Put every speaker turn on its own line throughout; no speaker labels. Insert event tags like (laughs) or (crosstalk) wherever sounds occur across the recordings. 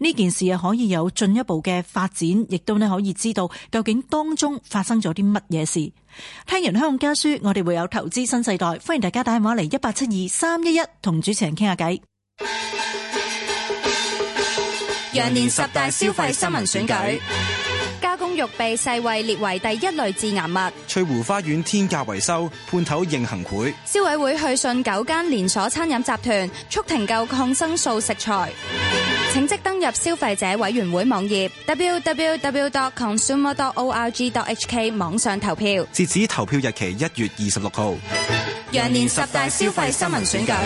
呢件事啊可以有進一步嘅發展，亦都呢可以知道究竟當中發生咗啲乜嘢事。聽完香港家書，我哋會有投資新世代，歡迎大家打電話嚟一八七二三一一同主持人傾下偈。
羊年十大消費新聞選舉，加工肉被世衛列為第一類致癌物。
翠湖花園天價維修，判頭認行賄。
消委會去信九間連鎖餐飲集團，促停購抗生素食材。請即登入消費者委員會網頁 www.consumer.org.hk 網上投票。
截止投票日期一月二十六號。
羊年十大消費新聞選舉。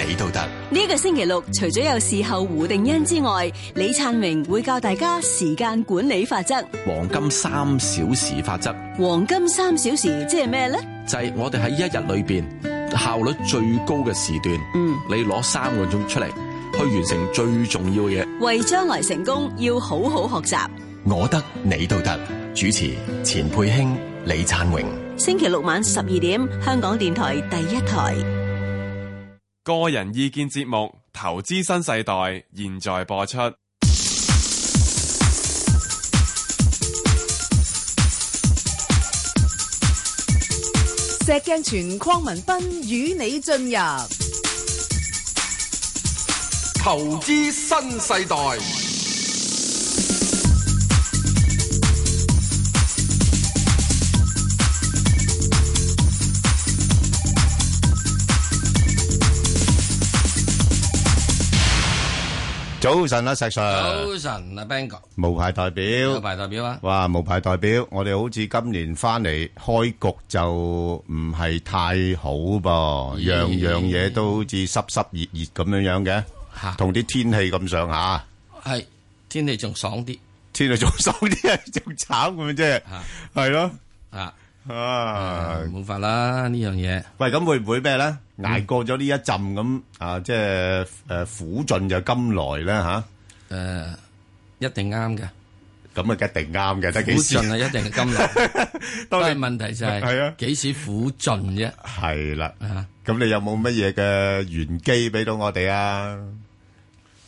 你都得
呢個星期六，除咗有事後胡定欣之外，李燦榮會教大家時間管理法則。
黃金三小時法則。
黃金三小時即係咩呢？
就係我哋喺一日裏邊效率最高嘅時段，嗯，你攞三個鐘出嚟去完成最重要嘅嘢。
為將來成功，要好好學習。
我得你都得。主持：錢佩卿、李燦榮。
星期六晚十二點，香港電台第一台。
個人意見節目《投資新世代》現在播出。
石鏡泉、鄺民彬與你進入《
投資新世代》。
早晨啊啦，石 Sir。
早晨啊，Bang 哥。
無牌代表。
無牌代表啊！
哇，無牌代表，我哋好似今年翻嚟開局就唔係太好噃，樣樣嘢都好似濕濕熱熱咁樣樣嘅，同啲天氣咁上下。
係天氣仲爽啲，
天氣仲爽啲 (laughs) 啊，仲慘咁樣啫。係咯，
啊啊，冇法啦呢樣嘢。
喂，咁會唔會咩咧？捱過咗呢一陣咁啊，即係誒苦盡就甘來啦
嚇！誒，一定啱嘅。
咁啊，一定啱嘅，得幾時？
苦盡啊，一定
(laughs)
係甘來。但係問題就係係啊，幾時苦盡啫？
係啦，咁你有冇乜嘢嘅玄機俾到我哋啊？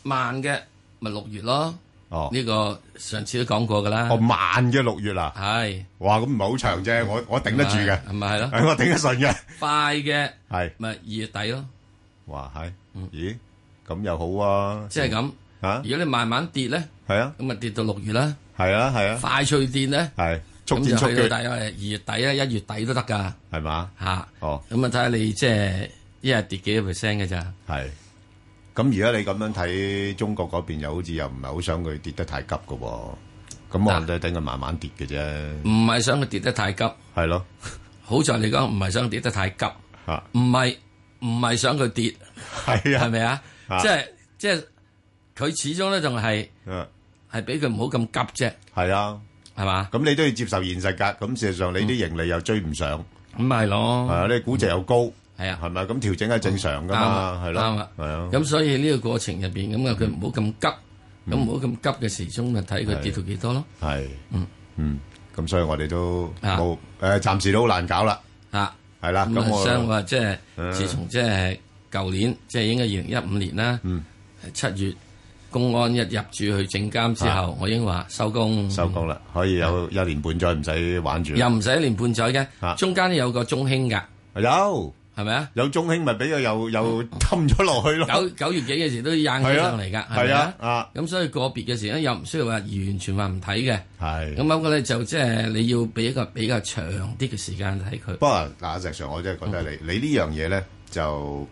慢嘅咪六月咯。哦，呢個上次都講過㗎啦。
哦，慢嘅六月啊，
係。
哇，咁唔係好長啫，我我頂得住嘅，
係咪係咯？
我頂得順嘅。
快嘅
係
咪二月底咯？
哇，係，咦，咁又好啊！
即係咁嚇。如果你慢慢跌咧，
係啊，
咁咪跌到六月啦。
係啊，係啊，
快脆跌咧，
係
咁就去到大約二月底啦，一月底都得㗎，
係嘛
嚇？
哦，
咁啊睇下你即係一日跌幾多 percent 嘅咋？
係。咁而家你咁樣睇中國嗰邊，又好似又唔係好想佢跌得太急嘅喎。咁我哋等佢慢慢跌嘅啫。
唔係想佢跌得太急，
係咯。啊
好在你講唔係想跌得太急，唔係唔係想佢跌，
係啊，
係咪啊？即係即係佢始終咧仲係
啊
係俾佢唔好咁急啫。
係啊，
係嘛？
咁你都要接受現實㗎。咁事實上你啲盈利又追唔上，
咁咪係咯。
係啊，你估值又高，
係啊，
係咪？咁調整係正常㗎
啱啊
嘛，係咯，
啱啊，
係啊。
咁所以呢個過程入邊，咁啊佢唔好咁急，咁唔好咁急嘅時鐘咪睇佢跌到幾多咯。
係，嗯嗯，咁所以我哋都冇誒，暫時都好難搞啦。
啊，
係啦，咁
咁
我
啊，相話即係自從即係舊年，即係應該二零一五年啦，
嗯
七月公安一入住去證監之後，我已經話收工，
啊
啊
收工啦，可以有一年半載唔使玩住啦。啊
又唔使一年半載嘅，中間有個中興㗎，
有
係咪啊？
有中興咪俾佢又又氹咗落去咯。
九九月幾嘅時都硬起上嚟㗎，係咪
係啊，啊，
咁所以個別嘅時咧又唔需要話完全話唔睇嘅，
係
咁不過咧就即係你要俾一個比較長啲嘅時間睇佢。
不過嗱，阿石 Sir，我真係覺得你你呢樣嘢咧就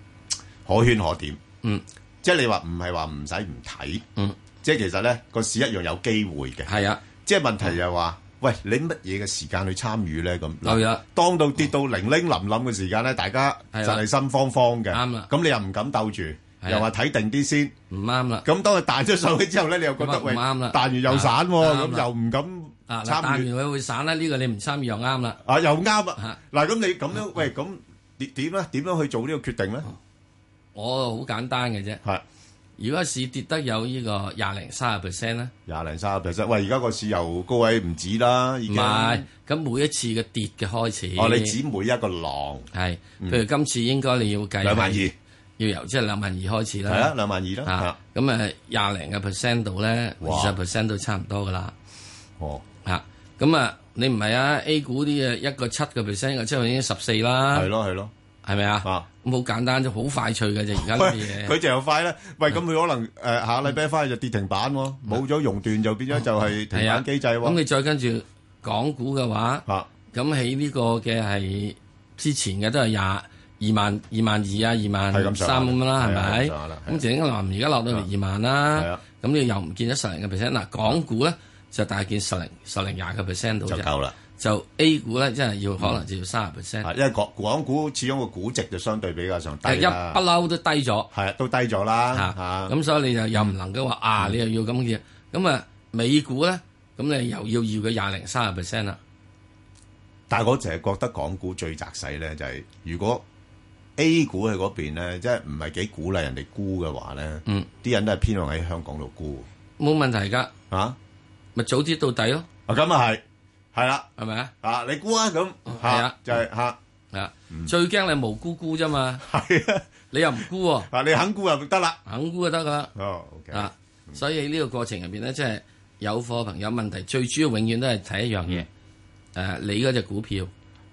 可圈可點。
嗯，
即係你話唔係話唔使唔睇。
嗯，
即係其實咧個市一樣有機會嘅。
係啊，
即係問題就係話，喂，你乜嘢嘅時間去參與咧？咁
係啊，
當到跌到零零冧冧嘅時間咧，大家
係
就
啦
係心慌慌嘅。
啱啦
咁你又唔敢鬥住，
係啊
又話睇定啲先。
唔啱啦，
咁當佢彈咗上去之後咧，你又覺得
咁啊
喂，
唔啱啦
彈完又散喎，
啊啱
咁
啦
又唔敢
啊嗱，
參與
彈完佢會散啦，呢個你唔參與又啱啦。
啊，又啱啊！嗱，咁你咁樣，喂，咁點點咧？點樣去做呢個決定咧？
我好簡單嘅啫。
係，
如果市跌得有呢個廿零三十 percent 咧，
廿零三十 percent，喂，而家個市由高位唔止啦，已
唔
經。
係，咁每一次嘅跌嘅開始。
哦，你指每一個浪
係，譬
嗯
如今次應該你要計
兩萬
係
二，
要由即係兩萬二開始啦。
係啦22,000啦
啊咁誒廿零嘅 percent 度咧，二十 percent 都差唔多噶啦。
哦，
嚇咁啊，你唔係啊？A 股啲嘢一個七個 percent 嘅，即係已經十四啦。
係咯係咯，
係咪啊？咁好簡單啫，好快脆嘅啫，而家呢啲嘢。嗯
佢就又快啦，喂，咁佢可能诶下禮拜翻去就跌停板喎，冇咗熔斷就變咗就係停
係嗯啊
板機制喎。啊
咁你再跟住港股嘅話，咁喺呢個嘅係之前嘅都係廿二萬、二萬二啊、二
係
萬
咁上
三
下
咁啦，係
係啊咁上下啦？
咪
係啊啊
咁整個南而家落到嚟二萬啦，咁你又唔見咗十零個 percent。嗱，港股咧就大見十零、十零廿個 percent 到就
夠啦。
就 A 股咧，真係要可能就要三十 percent。
啊因為港港股始終個估值就相對比較上低
一
啦
不嬲都低咗，
係啊都低咗啦
嚇。咁所以你就又唔能夠話啊，你又要咁嘅。咁啊，美股咧，咁你又要要佢廿零三十 percent 啦。
但係我淨係覺得港股最窄勢咧，就係、如果 A 股喺嗰邊咧，即係唔係幾鼓勵人哋沽嘅話咧，
嗯，
啲人都係偏向喺香港度沽。
冇問題㗎。
啊，
咪早啲到底咯。
啊，咁啊係，係啦，
係咪啊？
啊，你沽啊咁，
係啊，
就係嚇。嗯
啊！最驚你無辜沽啫嘛，係啊，你又唔沽喎，
啊你肯沽就得啦，
肯沽就得噶啦，
哦
啊，所以呢個過程入邊咧，即係有貨朋友問題，最主要永遠都係睇一樣嘢，誒，你嗰只股票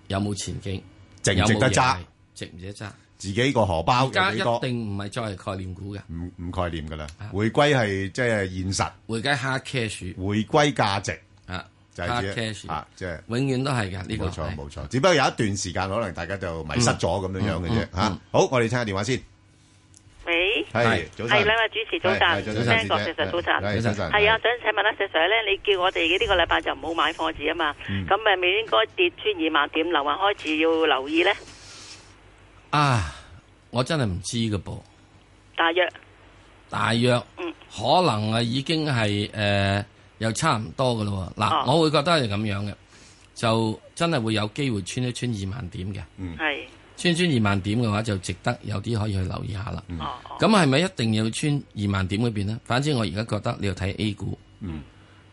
有冇前景，
嗯值唔值得揸
有冇盈利，值唔值得揸？
自己個荷包
而家
有幾多嗯
一定唔係再係概念股嘅，
唔唔概念㗎啦，回歸係即係現實，
回歸 hard cash，
回歸價值
啊，
就係
hard cash
啊，即係
永遠都係㗎，呢個
冇錯
係
冇錯，只不過有一段時間可能大家就迷失咗咁樣樣嘅
嗯嗯
啫嚇。好，我哋聽下電話先。
喂，
係早晨
係兩位主持早
係
晨，
早晨
聽
先
郭
生
Sir 早晨，
係早晨
係啊，想請問啦，Sir Sir 咧，你叫我哋呢個禮拜就唔好買貨字啊嘛，
嗯
咁咪咪應該跌穿二萬點，樓下開始要留意咧，
啊，我真係唔知嘅噃。
大約
大約可能啊已經係誒、呃又差唔多嘅咯喎。嗱，我會覺得係咁樣嘅，就真係會有機會穿一穿二萬點嘅。
嗯
嗯
係
穿一穿二萬點嘅話，就值得有啲可以去留意下啦。
嗯
嗯
哦
咁係咪一定要穿二萬點嗰邊呢？反正我而家覺得你要睇 A 股。
嗯，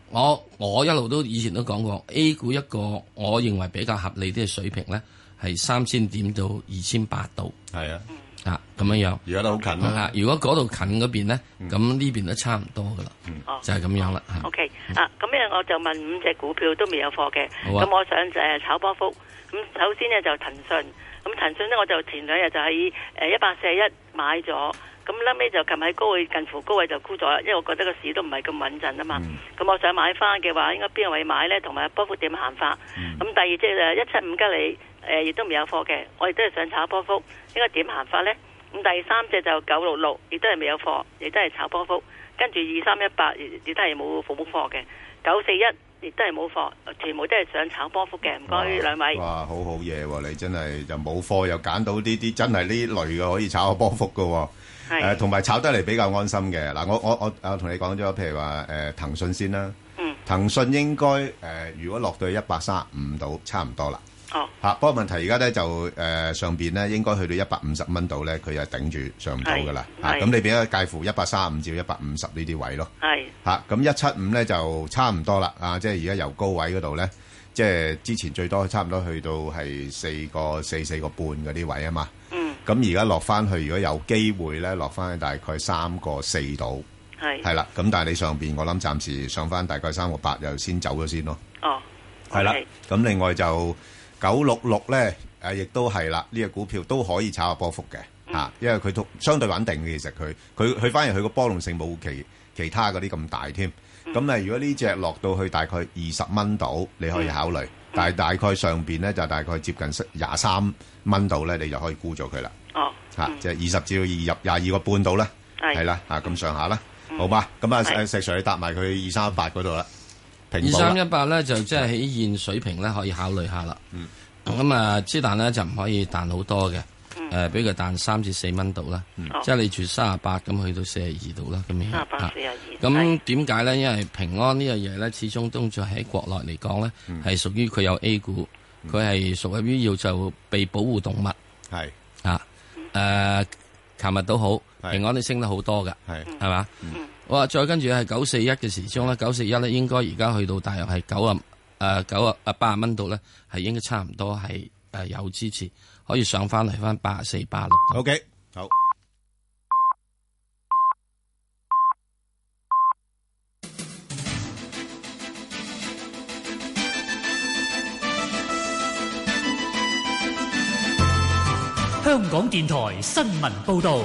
我我一路都以前都講過，A 股一個我認為比較合理啲嘅水平呢，係三千點到二千八度。
係啊，
啊咁樣樣。
而家都好近啦嗯
啊，如果嗰度近嗰邊咧，咁呢邊都差唔多噶啦，就係咁樣啦。嚇
，OK 啊，咁咧我就問五隻股票都未有貨嘅，
好啊
咁我想誒炒波幅，咁首先咧就騰訊，咁騰訊咧我就前兩日就喺呃誒一百四十一買咗。咁後尾就近喺高位，近乎高位就沽咗，因為我覺得個市都唔係咁穩陣啊嘛。
嗯
咁、我想買翻嘅話，應該邊個位買呢？同埋波幅點行法？
嗯
咁、第二隻誒一七五吉利呃誒，亦、都未有貨嘅，我亦都係想炒波幅，應該點行法呢？咁第三隻就九六六，亦都係未有貨，亦都係炒波幅。跟住二三一八亦亦都係冇冇貨嘅，九四一亦都係冇貨，全部都係想炒波幅嘅。唔該
哦
兩位。
哇，好好嘢喎！你真係又冇貨，又揀到呢啲真係呢類嘅可以炒下波幅嘅喎。
係
誒，同埋炒得嚟比較安心嘅。嗱，我我我我同你講咗，譬如話誒騰訊先啦，
嗯，
騰訊應該誒、如果落到一百三五度，差唔多啦。
哦，
嚇！不過問題而家咧就誒、上邊咧應該去到一百五十蚊度咧，佢就頂住上唔到噶啦
係
嚇。
係
咁你變咗介乎一百三十五至一百五十呢啲位咯。
係
嚇，咁一七五咧就差唔多啦，啊，即係而家由高位嗰度咧，即係之前最多差唔多去到係四個四四個半嗰啲位啊嘛。
嗯。
咁而家落翻去，如果有機會咧，落翻去大概三個四度。
係
係啦，咁但係你上邊我諗暫時上翻大概三個八，又先走咗先咯。
哦，
係啦，咁另外就九六六咧，誒亦都係啦，呢、只股票都可以炒下波幅嘅嚇、啊因為佢都相對穩定嘅，其實佢佢佢反而佢個波動性冇其其他嗰啲咁大添。咁啊，如果呢只落到去大概二十蚊度，你可以考慮，但係大概上邊咧就大概接近廿三蚊度咧，你就可以沽咗佢啦。
哦，
嚇，
嗯
即係二十至到二入廿二個半度啦，
係
係啦嚇咁上下啦，好吧？咁啊，
係
石石 Sir 你搭埋佢二三一八嗰度啦，平
二
保啊啦
三一八咧就即係喺現水平咧可以考慮下啦。
嗯，
咁啊，之但咧就唔可以彈好多嘅，
嗯
誒，俾佢彈三至四蚊度啦。
嗯
即係你住三十八咁去到四十二度啦，咁樣。
哦三八
啊
四廿二。
咁點解咧？因為平安呢樣嘢咧，始終都在喺國內嚟講咧，
嗯
係屬於佢有 A 股，佢係屬於要就被保護動物。
係
啊，誒，琴日都好，平安都升得好多噶，
係嗯
係嘛？我話再跟住係九四一嘅時鐘咧，九四一咧應該而家去到大約係九啊誒九啊啊八啊蚊度咧，係應該差唔多係誒有支持，可以上翻嚟翻八啊四八啊六。
OK，好。
香港電台新聞報道。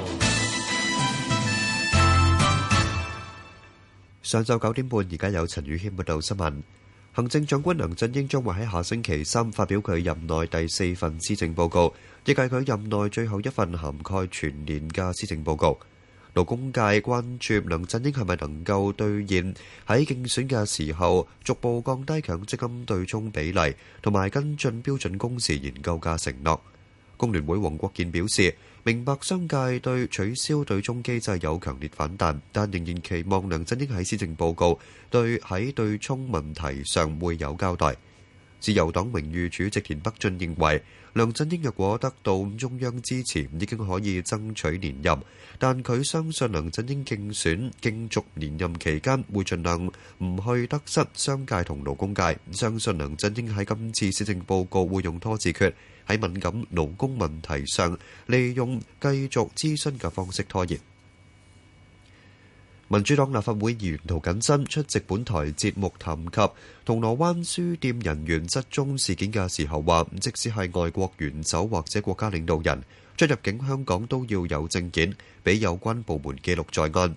上晝九點半，而家有陳宇軒報道新聞。行政長官梁振英將會喺下星期三發表佢任內第四份施政報告，亦係佢任內最後一份涵蓋全年嘅施政報告。勞工界關注梁振英係咪能夠兌現喺競選嘅時候逐步降低強積金對沖比例，同埋跟進標準工時研究嘅承諾。工聯會黃國健表示，明白商界對取消對沖機制有強烈反彈，但仍然期望梁振英喺施政報告對喺對沖問題上會有交代。自由黨榮譽主席田北俊認為，梁振英若果得到中央支持，已經可以爭取連任，但佢相信梁振英競選競逐連任期間，會盡量唔去得失商界同勞工界，相信梁振英喺今次施政報告會用拖字訣，喺敏感勞工問題上，利用繼續諮詢嘅方式拖延。民主黨立法會議員涂謹申出席本台節目談及銅鑼灣書店人員失蹤事件嘅時候話，即使係外國元首或者國家領導人出入境香港都要有證件，俾有關部門記錄在案。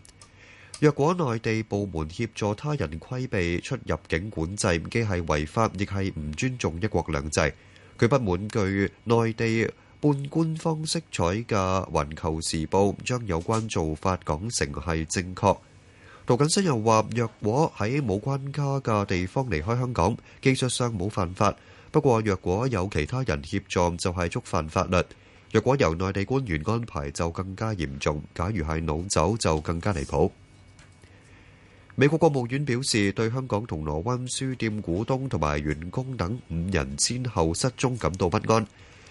若果內地部門協助他人規避出入境管制，既係違法，亦係唔尊重一國兩制。佢不滿具內地半官方色彩嘅《環球時報》將有關做法講成係正確。涂謹申又話：若果喺冇關卡嘅地方離開香港，技術上冇犯法。不過，若果有其他人協助，就係觸犯法律。若果由內地官員安排，就更加嚴重。假如係擄走，就更加離譜。美國國務院表示，對香港銅鑼灣書店股東同埋員工等五人先後失蹤感到不安。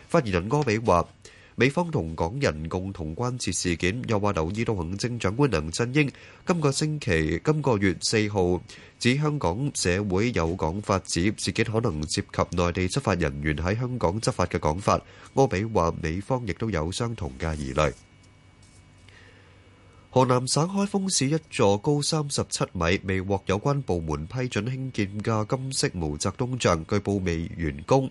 發言人柯比話：美方同港人共同關切事件，又話留意到行政長官梁振英今個星期今個月四號指香港社會有講法指事件可能涉及內地執法人員喺香港執法嘅講法。柯比話美方亦都有相同嘅疑慮。河南省開封市一座高三十七米、未獲有關部門批准興建嘅金色毛澤東像，據報未完工。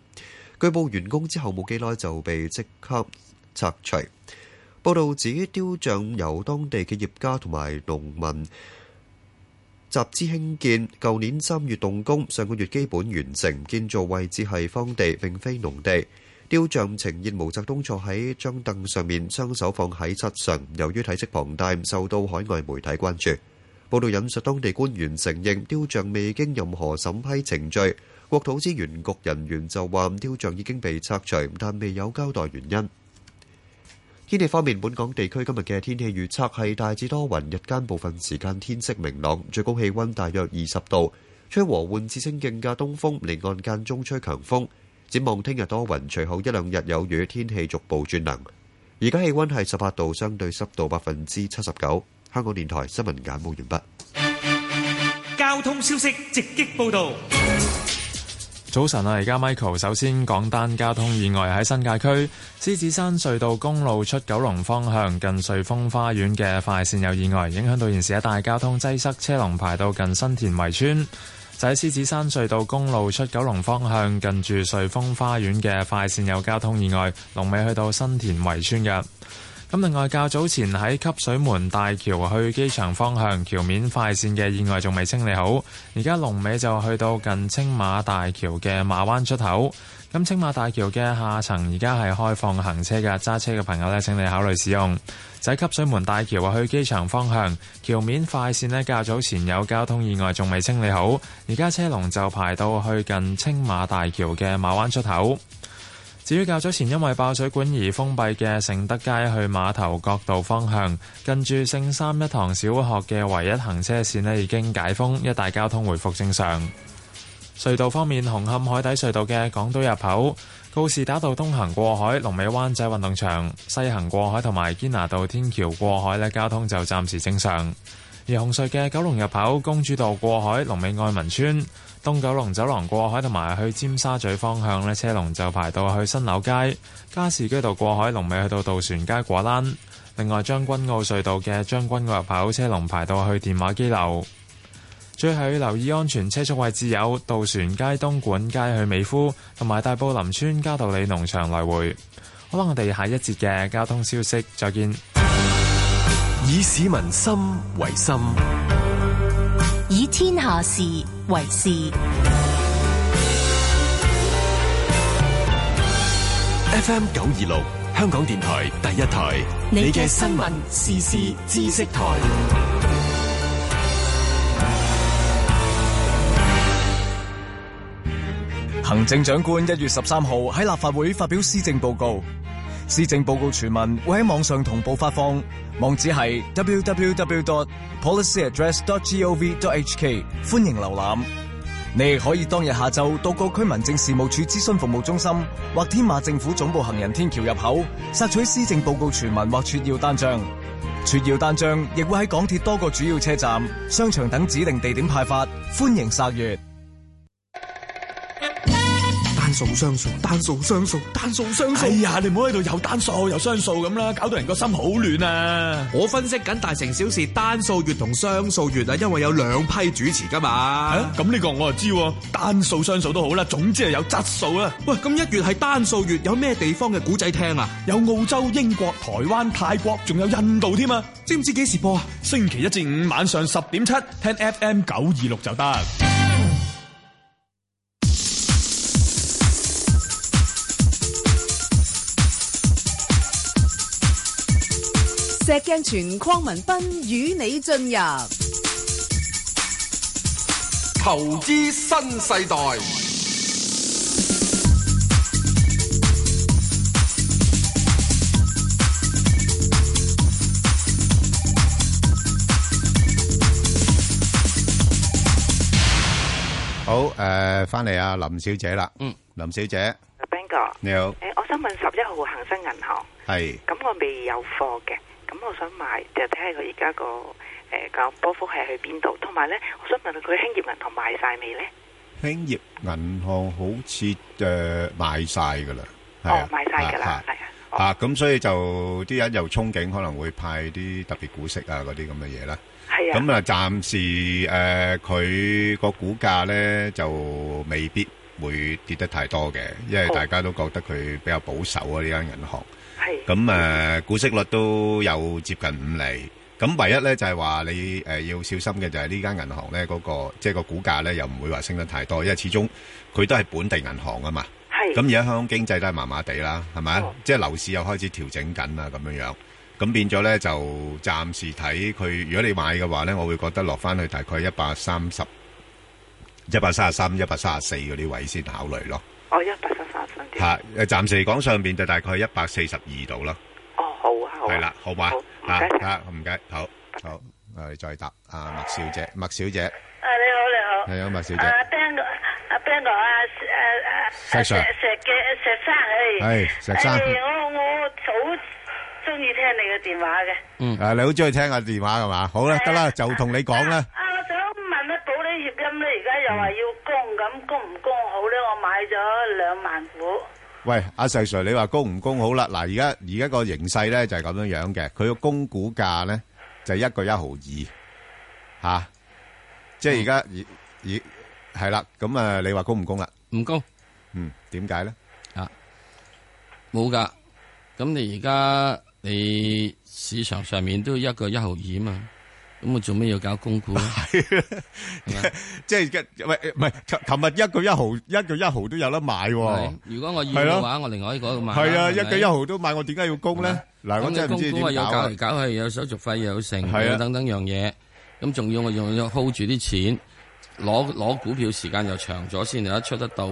據報完工之後冇幾耐就被即刻拆除。報道指雕像由當地企業家同埋農民集資興建，舊年三月動工，上個月基本完成。建造位置係荒地，並非農地。雕像呈現毛澤東坐喺張凳上面，雙手放喺膝上。由於體積龐大，受到海外媒體關注。報道引述當地官員承認，雕像未經任何審批程序。國土資源局人員就話雕像已經被拆除，但未有交代原因。天氣方面，本港地區今日嘅天氣預測係大致多雲，日間部分時間天色明朗，最高氣温大約二十度，吹和緩至清勁嘅東風，離岸間中吹強風。展望聽日多雲，隨後一兩日有雨，天氣逐步轉涼。而家氣温係十八度，相對濕度百分之七十九。
啊
香港電台新聞簡報完
畢。交通消息直擊報導。
早晨啊！而家 Michael 首先講單交通意外喺新界區獅子山隧道公路出九龍方向近瑞峰花園嘅快線有意外，影響到現時一帶交通擠塞，車龍排到近新田圍村。就喺獅子山隧道公路出九龍方向近住瑞峰花園嘅快線有交通意外，龍尾去到新田圍村嘅。咁另外，較早前喺汲水門大橋去機場方向橋面快線嘅意外仲未清理好，而家龍尾就去到近青馬大橋嘅馬灣出口。咁青馬大橋嘅下層而家係開放行車嘅，揸車嘅朋友呢，請你考慮使用。就喺汲水門大橋去機場方向橋面快線呢，較早前有交通意外仲未清理好，而家車龍就排到去近青馬大橋嘅馬灣出口。至於較早前因為爆水管而封閉嘅盛德街去馬頭角道方向，近住聖三一堂小學嘅唯一行車線呢已經解封，一帶交通回復正常。隧道方面，紅磡海底隧道嘅港島入口、告士打道東行過海、龍尾灣仔運動場西行過海同埋堅拿道天橋過海呢，交通就暫時正常。而紅隧嘅九龍入口、公主道過海、龍尾愛民村。東九龍走廊過海同埋去尖沙咀方向呢，車龍就排到去新樓街、加士居道過海，龍尾去到渡船街果欄。另外，將軍澳隧道嘅將軍澳入口車龍排到去電話機樓。最後要留意安全車速位置有渡船街、東莞街去美孚，同埋大埔林村嘉道理農場來回。好啦，我哋下一節嘅交通消息再見。
以市民心為心，
以天下事為事。
FM 九二六，香港電台第一台，你嘅新聞、時事、知識台。
行政長官一月十三號喺立法會發表施政報告，施政報告全文會喺網上同步發放，網址係 www.policyaddress.gov.hk，歡迎瀏覽。你亦可以當日下晝到各區民政事務處諮詢服務中心或天馬政府總部行人天橋入口索取施政報告全文或撮要單張。撮要單張亦會喺港鐵多個主要車站、商場等指定地點派發，歡迎索閱。
單數雙數，單數雙數，單數雙數。
哎呀，你唔好喺度有單數有雙數咁啦，搞到人個心好亂啊！
我分析緊大城小事單數月同雙數月啊，因為有兩批主持噶嘛。
咁呢、啊、個我就知喎，單數雙數都好啦，總之係有質素啊啦。
喂，咁一月係單數月，有咩地方嘅古仔聽啊？
有澳洲、英國、台灣、泰國，仲有印度添啊！
知唔知幾時播啊？
星期一至五晚上十點七，聽 FM 九二六就得。
石鏡泉鄺民彬與你進入
投資新世代。
好，誒，翻嚟啊，林小姐啦。
嗯，
林小姐，
彬哥，
你好。
誒，我想問十一號恒生銀行，
係，
咁我未有貨嘅。咁我想買就睇下佢而家個誒個波幅係去邊度，同埋咧，我想問佢興業銀行賣晒未咧？
興業銀行好似誒賣晒㗎啦，係
哦，賣晒㗎啦，係
啊，啊咁所以就啲人又憧憬可能會派啲特別股息啊嗰啲咁嘅嘢啦。
係啊，
咁啊暫時誒佢個股價咧就未必會跌得太多嘅，因為大家都覺得佢比較保守啊呢間銀行。
係
咁誒，股息率都有接近五厘。咁唯一咧就係話你誒要小心嘅就係呢間銀行咧嗰個即係個股價咧又唔會話升得太多，因為始終佢都係本地銀行啊嘛。
係。哦
咁而家香港經濟都係麻麻地啦，係咪？即係樓市又開始調整緊啊啦，咁樣樣。咁變咗咧就暫時睇佢，如果你買嘅話咧，我會覺得落翻去大概一百三十、一百三十三、一百三十四嗰啲位先考慮咯。
哦，一百三十三點。嚇！
誒，暫時嚟講上邊就大概一百四十二度啦。
哦，好啊，好啊。
係啦，好嘛。
好，唔該。
啊，唔該，好好，我哋再答阿麥小姐，麥小姐。
啊，你好，
你好。你啊好，麥小姐。
阿 Ben 哥，阿 Ben 哥，啊阿誒誒，
石 Sir，
石嘅石生，啊
係石生。
我我好中意聽你嘅電話嘅。
嗯。誒，你好中意聽我電話係嘛？好啦，得啦，就同你講啦。
啊，我想問咧，保利協鑫咧，而家又話要供，咁供唔供好咧？我買咗兩萬股。
喂，阿石 Sir，你話供唔供好啦？嗱，而家而家個形勢咧就係咁樣樣嘅，佢個供股價咧就一個一毫二，吓，即係而家而而係啦。咁啊，你話供唔供啦？
唔供。
嗯，點解咧？
啊，冇噶。咁你而家你市場上面都一個一毫二啊嘛？咁我做咩要搞供股咧？
(laughs)
啊
啊即係喂，唔係琴琴日一個一毫，一個一毫都有得買喎。
如果我要嘅話，我另外一個買。
係啊，一個一毫都買，我點解要供咧？嗱，我真係唔知點搞。
有搞嚟搞去，有手續費，又有剩，有等等樣嘢。咁仲要我用要 hold 住啲錢，攞攞股票時間又長咗先，有得出得到。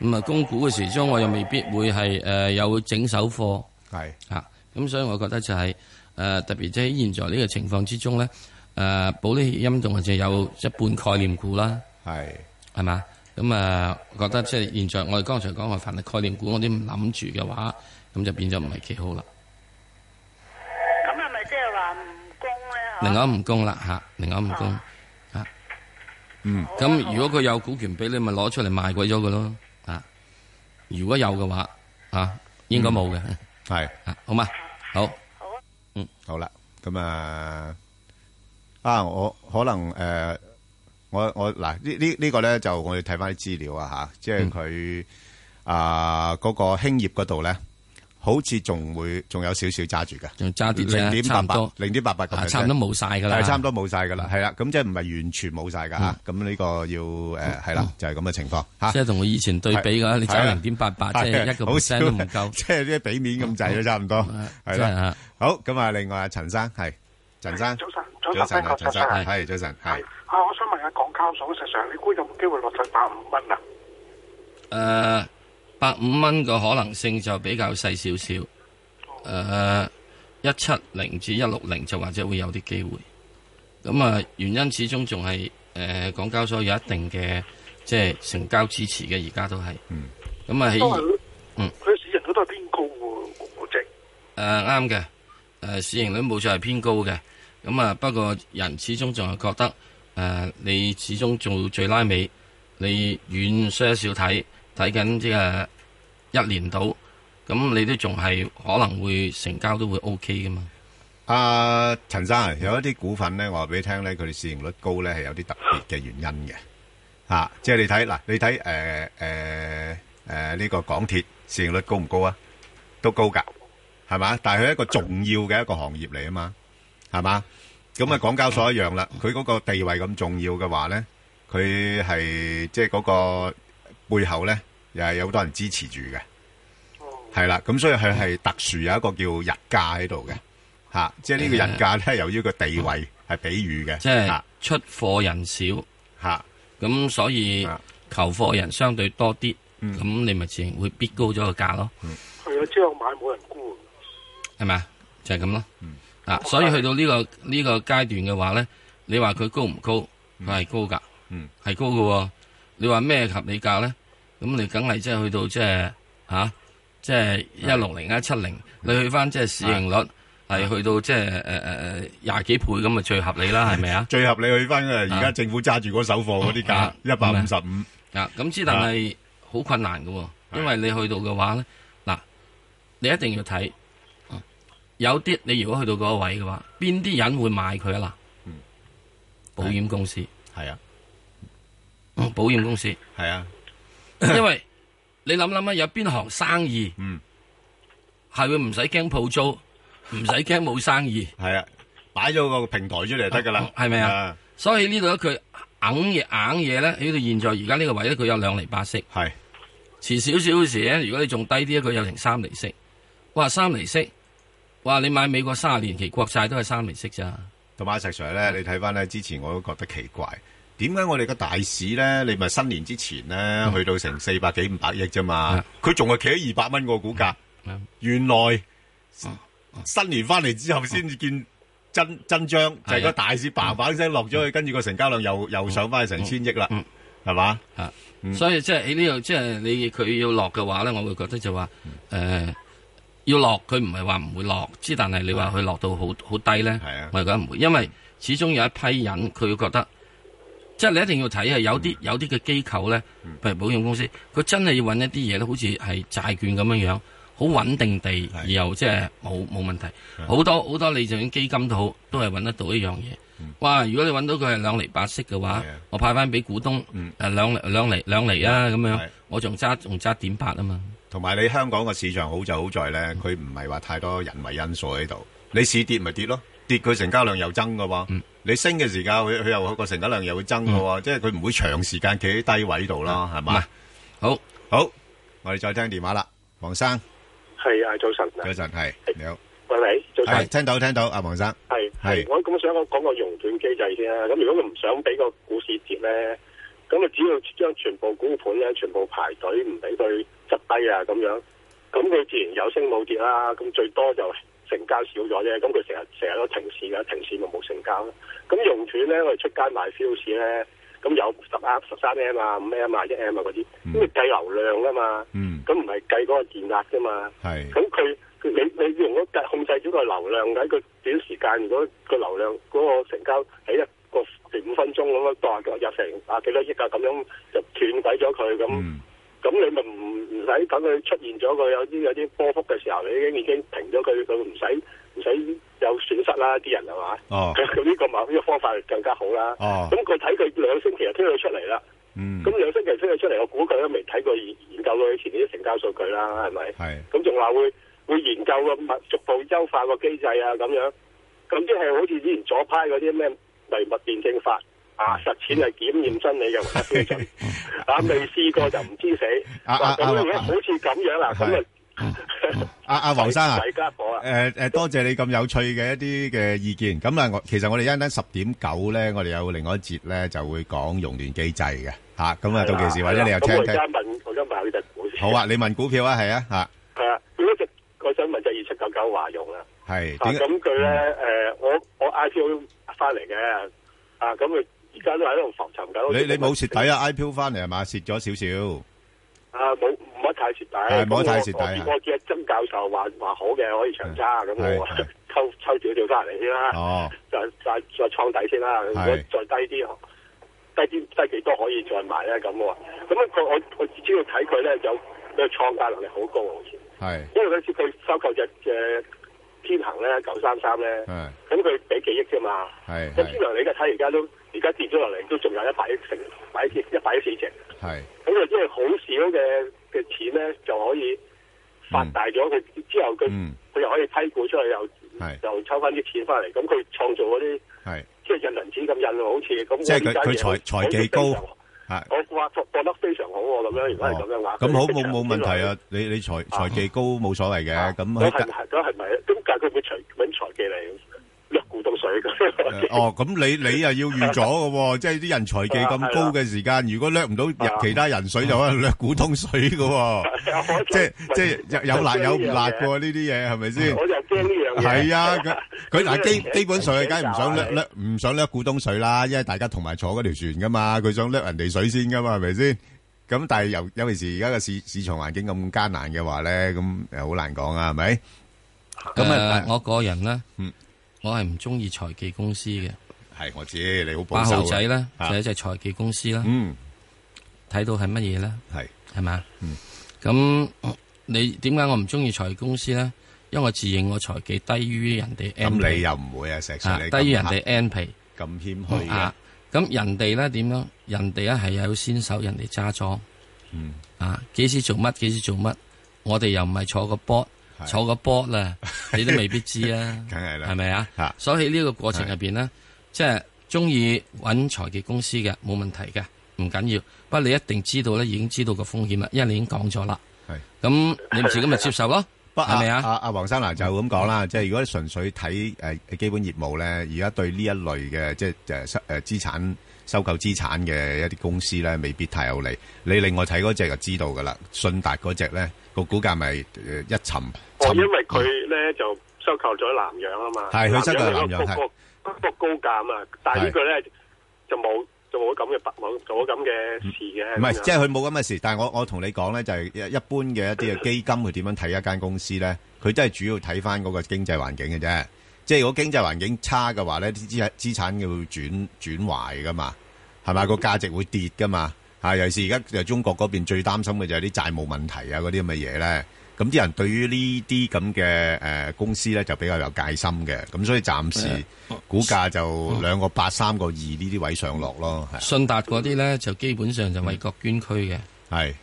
咁啊，供股嘅時鐘我又未必會係誒有整手貨。
係
啊，咁所以我覺得就係誒特別即係現在呢個情況之中咧。誒，保利協鑫仲係有一半概念股啦，
係
係嘛？咁啊，覺得即係現在我哋剛才講話，凡係概念股我啲唔諗住嘅話，咁就變咗唔係幾好啦。
咁係咪即係話唔供咧？
另外唔供啦嚇，另外唔供嚇。
啊嗯，
咁如果佢有股權俾你，咪攞出嚟賣鬼咗佢咯啊！如果有嘅話啊，應該冇嘅
嗯係
啊，好嘛？好，
好啊，
嗯，
好啦，咁啊。啊！我可能誒，我我嗱呢呢呢個咧就我
嗯
哋睇翻啲資料啊嚇，即係佢啊嗰個興業嗰度咧好似仲會仲有少少揸住嘅，
仲揸啲啫
零點八
差唔
八
多，
零點八八
啊
咁，
差唔多冇晒㗎啦嗯
係差唔多冇晒㗎啦，係啦，咁即係唔係完全冇晒㗎嚇，咁呢個要誒係啦，就係咁嘅情況嚇。
即係同我以前對比嘅話你
啊
揸0.88即係1%都唔啊
夠， (laughs) 即係啲俾面咁滯都差唔多，係
真係
啦
嚇。
好，咁啊，另外啊，陳生係陳生，
早晨早晨
啊
早晨
陳生
早晨
係早晨係。
啊，我想問下港交所實上，你估有冇機會落實百五蚊啊？
誒呃百五蚊嘅可能性就比較細少少。誒一七零至一六零就或者會有啲機會。咁啊，原因始終仲係誒港交所有一定嘅即係成交支持嘅，而家都係。
嗯。
咁啊
都
喺
係
嗯
佢市盈率都係偏高喎，個估值。
誒呃啱嘅，誒、呃市盈率冇錯係偏高嘅，咁啊不過人始終仲係覺得誒、呃你始終做最拉尾，你遠些少睇睇緊即係一年到，咁你都仲係可能會成交都會 O K 噶嘛。
阿陳生啊，有一啲股份咧，我話俾你聽咧，佢哋市盈率高咧係有啲特別嘅原因嘅，嚇、即係你睇嗱，你睇誒誒誒呢個港鐵市盈率高唔高啊？都高㗎，係嘛？但係佢係一個重要嘅一個行業嚟啊嘛，係嘛？咁啊，港交所一樣啦，佢嗰個地位咁重要嘅話咧，佢係即係嗰個背後咧，又係有好多人支持住嘅。係啦，咁所以佢係特殊有一個叫日價喺度嘅，吓、即係呢個日價咧，由於個地位係比喻嘅，
嗯
啊
即係出貨人少
嚇，啊
咁所以求貨人相對多啲，
嗯
咁你咪自然會逼高咗個價咯。
係啊，之後買冇人估。
系咪啊？就係咁咯。
嗯
啊，所以去到呢、個呢、個階段嘅話咧，你話佢高唔高？佢係高㗎，
嗯，
係高嘅喎。你話咩合理價咧？咁你梗係即係去到即係吓，即係一六零一啊七零，你去翻即係市盈率
啊
係去到即係誒誒誒廿幾倍咁啊，最合理啦，係咪啊？
(laughs)
嗯
最合理去翻嘅，而家政府揸住嗰手貨嗰啲價一百五十五。
啊，咁之但係好困難嘅喎，因為你去到嘅話咧，嗱，你一定要睇，啊有啲你如果去到嗰個位嘅話，邊啲人會買佢啊？嗱
嗯，
保險公司
係啊，
保險公司係
啊，
因為你諗諗啊，有邊行生意，
嗯，
係會唔使驚鋪租，唔使驚冇生意，
係啊，擺咗個平台出嚟就得㗎啦，
係咪啊
啊？
所以呢度咧，佢硬嘢硬嘢咧，喺到現在而家呢個位咧，佢有兩厘八息。
係
遲少少嘅時咧，如果你仲低啲咧，佢有零三厘息。哇，三厘息！哇，你買美國三十年期國債都係三厘息咋？
同埋阿石 Sir
嗯
咧，你睇翻咧之前我都覺得奇怪，點解我哋個大市咧，你咪新年之前咧
嗯
去到成四百幾五百億啫嘛，佢仲係企喺二百蚊個股價，原來
嗯
新年翻嚟之後先至見真真章，
啊
就係個大
嗯
市嘭嘭聲落咗去，跟住個成交量又又上翻去成千億
嗯
啦，係嘛？
啊，
嗯
所以即係喺呢度，即係你佢要落嘅話咧，我會覺得就話呃誒、要落，佢唔係話唔會落，之但係你話佢落到好好低咧，我係覺得啊唔會，因為始終有一批人佢會覺得，即係你一定要睇啊，有啲有啲嘅機構咧，譬如保險公司，佢真係要揾一啲嘢咧，好似係債券咁樣樣，好穩定地，而又即係冇冇問題，好多好多你就算基金都好，都係揾得到一樣嘢。哇！如果你揾到嗯佢係啊嗯兩厘八息嘅話，我派翻俾股東，誒兩厘兩厘兩厘啊咁樣，我仲揸仲揸點八啊嘛。
同埋你香港個市場好就好在咧，佢唔係話太多人為因素喺度。你市跌咪跌咯，跌佢成交量又增噶喎。你升嘅時間，佢佢又個成交量又會增噶喎。即係佢唔會長時間企喺低位度啦，係嘛？
好，
好，我哋再聽電話啦，黃生，
係啊，早晨啊
早，晨，係你好，
喂喂，早晨
係，聽到聽到，阿黃生，
係
係
係，我咁想講個熔斷機制先啦。咁如果佢唔想俾個股市跌咧，咁啊只要將全部股盤咧全部排隊，唔俾佢執低啊咁樣，咁佢自然有升冇跌啦。咁最多就成交少咗啫。咁佢成日成日都停市㗎，停市咪冇成交咯。咁熔斷咧，我哋出街買 fuse 咧，咁有十 M、十三 M 啊、五 M 啊、一 M 啊嗰啲，
嗯
咁你計流量啊嘛，咁唔係計嗰個電壓啫嘛。
係
咁佢佢你你用嗰格控制咗個流量喺個短時間，如果個流量嗰個成交喺一個五分鐘咁樣當入成啊幾多億啊咁樣就斷鬼咗佢咁，咁、
嗯
你咪唔唔使等佢出現咗佢有啲有啲波幅嘅時候，你已經已經停咗佢，佢唔使唔使有損失啦，啲人係嘛？
哦
佢 (laughs) 佢呢個某呢個方法更加好啦。
哦
咁佢睇佢兩星期就推佢出嚟啦。
嗯
咁兩星期推佢出嚟，我估佢都未睇過研究過以前啲成交數據啦，係咪？
係
咁仲話會會研究個物逐步優化個機制啊咁樣。咁即係好似以前左派嗰啲咩唯物辯證法啊，實踐係檢驗真理嘅唯一
(laughs)
標準。啊，未試過就唔知死。
啊
哇
啊
咁樣
啊
好似咁樣啦，咁啊
阿阿黄生啊
大家伙，啊，
诶诶，多謝你咁有趣嘅一啲嘅意見。咁啊，我其實我哋一陣間十點九咧，我哋有另外一節咧就會講熔斷機制嘅吓。咁啊，到期時或者你又
咁
聽
我而
聽。
家問，我而家問呢只股先。
好啊，你問股票啊，係啊吓，
係啊，咁一隻我想問就二七九九華融啊。
係
啊，
點解嗯
咁佢咧誒，我我 IPO 翻嚟嘅，啊，咁佢而家都喺度浮沉緊。
你你冇蝕底啊？IPO 翻嚟係嘛？蝕咗少少。
啊，冇冇乜太蝕
係
底，
冇乜太蝕
咁
底
我
係
我我見阿曾教授話話好嘅，可以長揸，咁
係
我抽抽少少翻嚟先啦，
哦，
再再再創底先啦。如果
係
再低啲，低啲低幾多可以再買咧？咁我咁佢我我只要睇佢咧，有佢創價能力好高，好似
係
因為嗰次佢收購只嘅天行咧九三三咧，
係
咁佢俾幾億啫嘛。
係
咁天
係
行你而家睇而家都而家跌咗落嚟，都仲有一百億成百億一百億市值。
係
咁就即係好少嘅嘅錢咧，就可以發大咗佢、之後佢，佢、又可以批股出去，又
嗯係
又抽翻啲錢翻嚟。咁佢創造嗰啲
係，
即係印銀紙咁印喎，好似咁。
即係佢佢
我呢家嘢
財財技高吓。
我話覺得非常好喎，咁樣如果係咁樣話，
哦咁好
佢
冇冇問題
啊？
啊？你你財財技高冇所謂嘅，咁
咁
喺
係咪咁係咪？咁但係佢會財揾財技嚟掠股東水嘅。
哦，咁你你又要預咗嘅喎，即係啲人財技咁高嘅時間，如果掠唔到入其他人水，就可能掠股東水嘅
(laughs)
喎，即係即係有有辣有唔辣嘅喎，呢啲嘢係咪先？
我就驚呢樣嘢。
係啊，佢
(laughs)
佢嗱基基本上佢梗係唔想掠
係
掠唔想掠股東水啦，因為大家同埋坐嗰條船噶嘛，佢想掠人哋水先噶嘛，係咪先？咁但係尤尤其是而家嘅市市場環境咁艱難嘅話咧，咁又好難講啊，係咪？咁啊
誒，我個人咧
嗯，
我係唔中意財技公司嘅。
係我知你好保
八
守啊
號仔咧就
啊
係一隻財技公司啦。
嗯，
睇到係乜嘢咧？
係嗯
係咪啊？咁你點解我唔中意財技公司咧？因為我自認我財技低於人哋 N
咁
皮。
你又唔會啊，石 Sir，
啊
你咁
低於人哋
客
N 皮
咁謙虛嘅
啊！咁人哋咧點樣？人哋咧啊係有先手，人哋揸莊。
嗯
啊，幾時做乜？幾時做乜？我哋又唔係坐個 board，坐個 board
(laughs)
啦，你都未必知啊。
梗係啦，
係咪啊？所以呢個過程入邊咧，即係中意揾財技公司嘅冇問題嘅，唔緊要。不過你一定知道咧，已經知道個風險啦，因為你已經講咗啦。
係
咁，你唔自己咪接受咯？
不
係咪啊？
阿阿黃生嗱就咁講啦，即係如果純粹睇誒基本業務咧，而家對呢一類嘅即係誒收誒資產收購資產嘅一啲公司咧，未必太有利。你另外睇嗰只就知道噶啦，信達嗰只咧個股價咪誒一沉
哦，
沉
因為佢咧就收購咗南洋啊嘛，
係佢收購
南
南洋
嗰個嗰個高價啊嘛，但係呢個咧就冇就冇咁嘅冇冇咁嘅事嘅。
唔係，即係
佢
佢冇咁嘅事。但係我我同你講咧，就係、一一般嘅一啲嘅基金，佢點樣睇一間公司咧？佢都係主要睇翻嗰個經濟環境嘅啫。即係如果經濟環境差嘅話咧，啲資資產嘅會轉轉壞噶嘛，係咪？個價值會跌噶嘛。啊，尤其是而家就中國嗰邊最擔心嘅就係啲債務問題啊，嗰啲咁嘅嘢咧。咁啲人對於呢啲咁嘅誒公司咧就比較有戒心嘅，咁所以暫時股價就兩個八三個二呢啲位上落咯。係
信達嗰啲咧就基本上就為國捐軀嘅，
係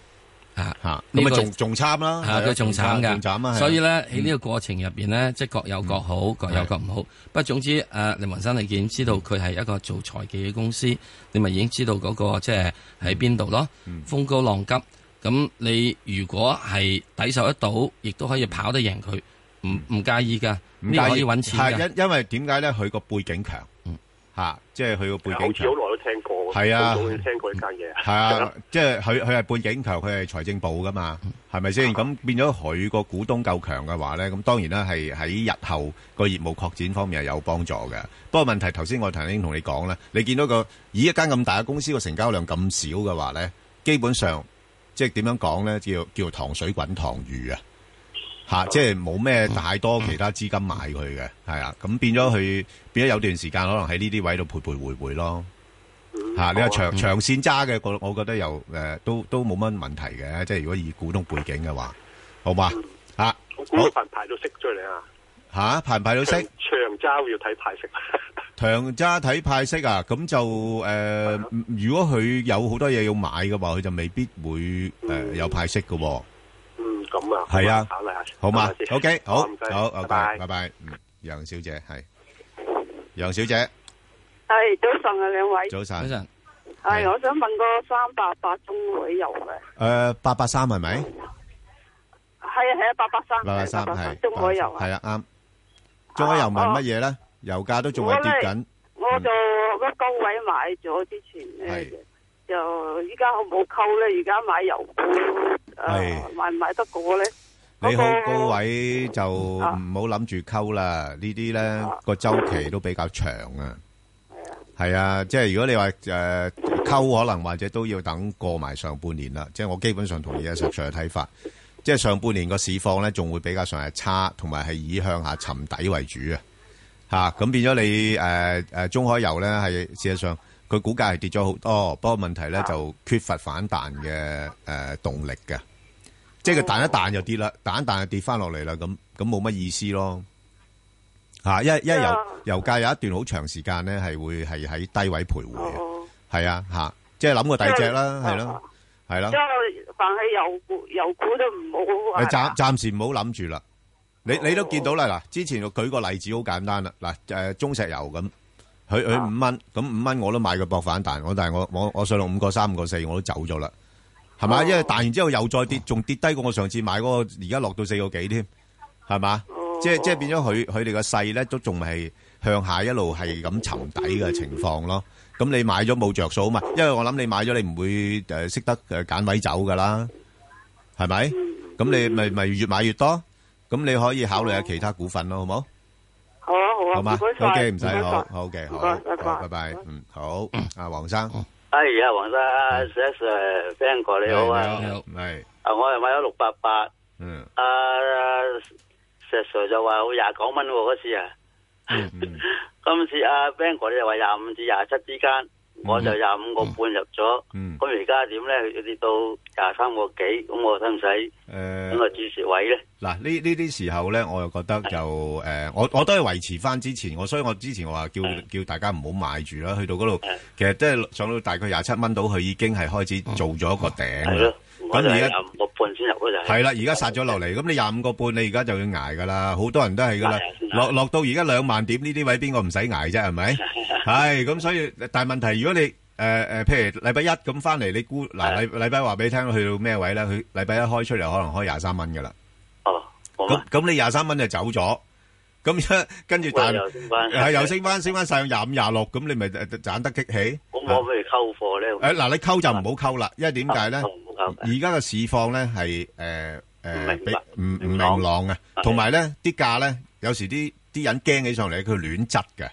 啊
嚇
呢
咁
個
啊仲仲慘啦，
啊佢仲慘
仲慘啊嗯
噶，
係啊
所以咧喺呢個過程入邊咧，即係各有各好，各有各唔好。不過總之，誒林雲生你已經知道佢係一個做財技嘅公司，你咪已經知道嗰個即係喺邊度咯，
嗯
風高浪急。咁你如果係抵受得到，亦都可以跑得贏佢，唔唔介意噶，
嗯唔
呢個
介
可
意
以揾錢
係
㗎嗯
因因為點解咧？佢個背景強，嚇，即係佢個背
好似
景
好耐
強。
都聽過，
係啊
好早已經聽過呢間嘢。
係啊，即係佢佢係背景強，佢係財政部噶嘛，係咪
啊
先？咁變咗佢個股東夠強嘅話咧，咁當然啦，係喺日後個業務擴展方面係有幫助嘅。不過問題頭先我頭先同你講咧，你見到個以一間咁大嘅公司個成交量咁少嘅話咧，基本上即係點樣講咧，叫叫糖水滾糖魚啊！吓、即係冇咩
嗯
太多其他資金買佢嘅，係啊，咁變咗佢變咗有段時間可能喺呢啲位度徘徊徘徊咯。吓、你話長長線揸嘅，我我覺得又诶、誒都都冇乜問題嘅，即係如果以股東背景嘅話，好嘛？
嗯
吓、
我估佢排排到息出嚟啊！
吓、派唔派到息？
長揸要睇派息，
長揸睇派息啊，咁就诶、如果佢有好多嘢要買嘅話，佢就未必會诶、誒有派息嘅、喎。
(laughs) 嗯咁啊，
係啊
考慮下先。
好嘛
係咪先
？OK，好，
唔該
好，OK，
拜拜。
拜拜。嗯，楊小姐，係。楊小姐，
系早晨啊，两位。
早晨。
系，我想问个三八八中啊旅游嘅，
誒，883係咪？
系啊系啊，八八
883
三，八
係，
中旅游啊。哦
係啦，啱。中海油問乜嘢呢？油價都仲係跌緊。
我就一高位买咗之前咧，就依家好冇沟咧，而家买油股呃
係。
买唔买得过咧？
你好高位就唔好諗住溝啦，呢啲咧個周期都比較長啊。係啊，即係如果你話诶沟，可能或者都要等過埋上半年啦。即係我基本上同意阿石 Sir 嘅睇法，即係上半年個市況咧仲會比較上係差，同埋係以向下沉底為主啊。吓咁、變咗你诶诶中海油咧係事實上佢股價係跌咗好多，不過問題咧就缺乏反彈嘅诶動力嘅。即係佢彈一彈就跌啦，彈一彈就跌翻落嚟啦，咁咁冇乜意思咯。吓、因因為油油價有一段好長時間咧係會係喺低位徘徊
哦
嘅，係啊吓、嚇即係諗個第二隻啦，係咯，係
因
咯。
为凡系油股油股都唔好
诶，暫暂时唔好諗住啦。你你都見到啦，嗱，之前我舉個例子好簡單啦，嗱，诶，中石油咁，佢佢五蚊，咁五蚊我都買佢博反彈，我但係我我我上到五個三、五個四，我都走咗啦，係咪？因為彈完之後又再跌，仲跌低過我上次買嗰個，而家落到四個幾添，係嘛？即係即系变咗佢佢哋個勢咧，都仲係向下一路係咁沉底嘅情況咯。咁你買咗冇着數啊嘛，因為我諗你買咗你唔會诶识得诶拣位走噶啦。系咪？咁你咪咪越買越多，咁你可以考慮下其他股份咯，好冇？
好啊好啊，
好嘛
唔該晒
à? ？OK，唔使
唔該晒
好，好嘅，好，
唔
Vâng,
該拜拜
好拜拜，嗯，好，阿黃生，
哎呀，黃生，Sir Ben 哥你好啊，
你好，係，
啊我又買咗六八八，
嗯，
啊石 Sir 就話好廿九蚊喎嗰次啊，今次阿 Ben 哥你就話廿五至廿七之間，我
嗯
就廿五個半入咗，咁而家點咧？要跌到廿三個幾，咁我使唔使
誒
咁個止蝕位咧？
嗱呢呢啲時候咧，我又覺得就诶，我我都係維持翻之前，我所以我之前我話叫叫大家唔好買住啦，去到嗰度，其實即係上到大概廿七蚊到，佢已經係開始做咗一個頂
係
啦
咯，我
咁
就
而家
廿。五個半先入嗰就係
係啦，而家殺咗落嚟，咁你廿五個半，你而家就要挨噶啦，好多人都係噶啦，落落到而家兩萬點呢啲位，邊個唔使挨啫？係
(laughs)
咪？係咁，所以但係問題，如果你诶诶，譬如禮拜一咁翻嚟，你估嗱禮禮拜話俾你聽，去到咩位咧？佢禮拜一開出嚟，可能開廿三蚊噶啦。
哦，
咁咁你廿三蚊就走咗，咁跟住但
喂又升返
係又升翻，升翻上廿五廿六，咁你咪誒賺得激起。
咁我可唔可以溝貨咧？
诶，嗱，你溝就唔好溝啦，因為點解咧？而家嘅市況咧係诶诶，比唔唔明朗嘅，同埋咧啲價咧，有時啲啲人驚起上嚟，佢亂質嘅。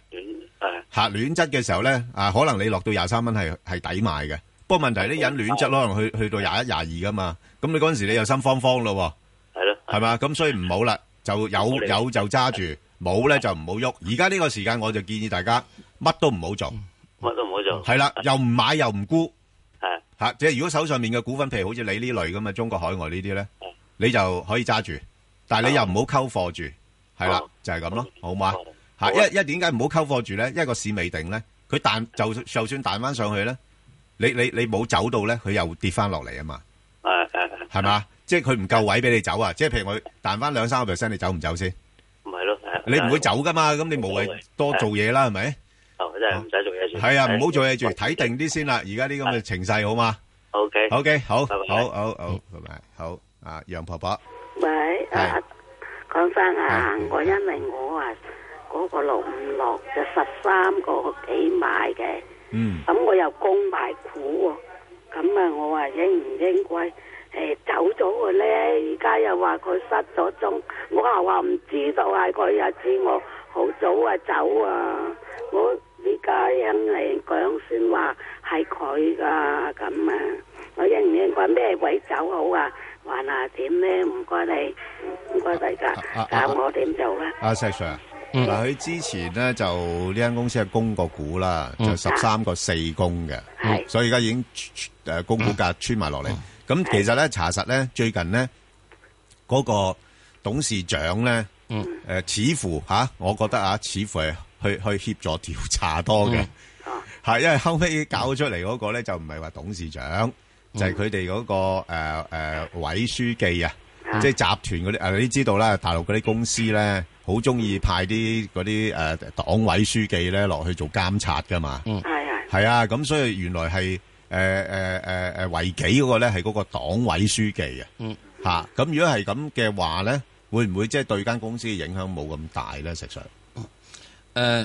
吓亂質嘅時候咧，啊，可能你落到廿三蚊係係抵買嘅。不過問題啲人亂質，可能去去到廿一、廿二噶嘛。咁你嗰陣時你又心慌慌咯喎。
係咯。
係嘛？咁所以唔好啦，就有有就揸住，冇咧就唔好喐。而家呢個時間我就建議大家乜都唔好做。
乜都唔好做。
系啦，又唔買又唔沽，
系
吓，即係如果手上面嘅股份，譬如好似你呢類咁嘅中國海外呢啲咧，
Dạ,
你就可以揸住，但係你又唔好溝貨住，係啦，就係咁咯，哦好啊嘛？吓，因為因為點解唔好溝貨住咧？因為個市未定咧，佢彈就就算彈翻上去咧，你你你冇走到咧，佢又跌翻落嚟啊啊嘛，
誒誒，
係嘛？即係佢唔夠位俾你走啊！即係譬如我彈翻兩三個 percent，你走唔走先？
唔係咯，係
你唔會走噶嘛？咁你無啊謂啊多做嘢啦，係咪？
哦，真係唔使做嘢住。
係啊，唔好做嘢住，
dạ.
睇定啲先啦。而家啲咁嘅情勢好嘛
？O K，
？O K，好，好，好，好，拜拜，好。啊，楊婆婆，
喂，啊，講翻啊，我因為我啊嗰、個六五六就十三個幾買嘅，
嗯，
咁我又供埋股喎，咁啊我話應唔應該誒、走咗佢咧？而家又話佢失咗蹤，我又話唔知道係佢又知我好早啊走啊，我而家人嚟講先話係佢噶咁啊，我應唔應該咩位走好啊？還啊點咧？唔該你，唔該大家
啊
教我點做啦。
阿石啊 Sir，嗱，佢之前咧就呢間公司係供個股啦，就十三個四供嘅，所以而家已經誒供股價穿埋落嚟。咁其實咧查實咧，最近咧嗰個董事長咧，誒似乎嚇，我覺得啊，似乎係去去協助調查多嘅。係，因為後尾搞出嚟嗰個
嗯
呃咧就唔係話董事長，就係佢哋嗰個誒誒委書記啊，
嗯
即係集團嗰啲啊，你知道啦，大陸嗰啲公司咧，好中意派啲嗰啲誒黨委書記咧落去做監察噶嘛。
嗯，係係
係啊，咁所以原來係呃誒誒誒誒呃違紀嗰個咧係嗰個黨委書記啊。
嗯，
嚇咁如果係咁嘅話咧，會唔會即係對間公司嘅影響冇咁大咧？實上，
誒，呃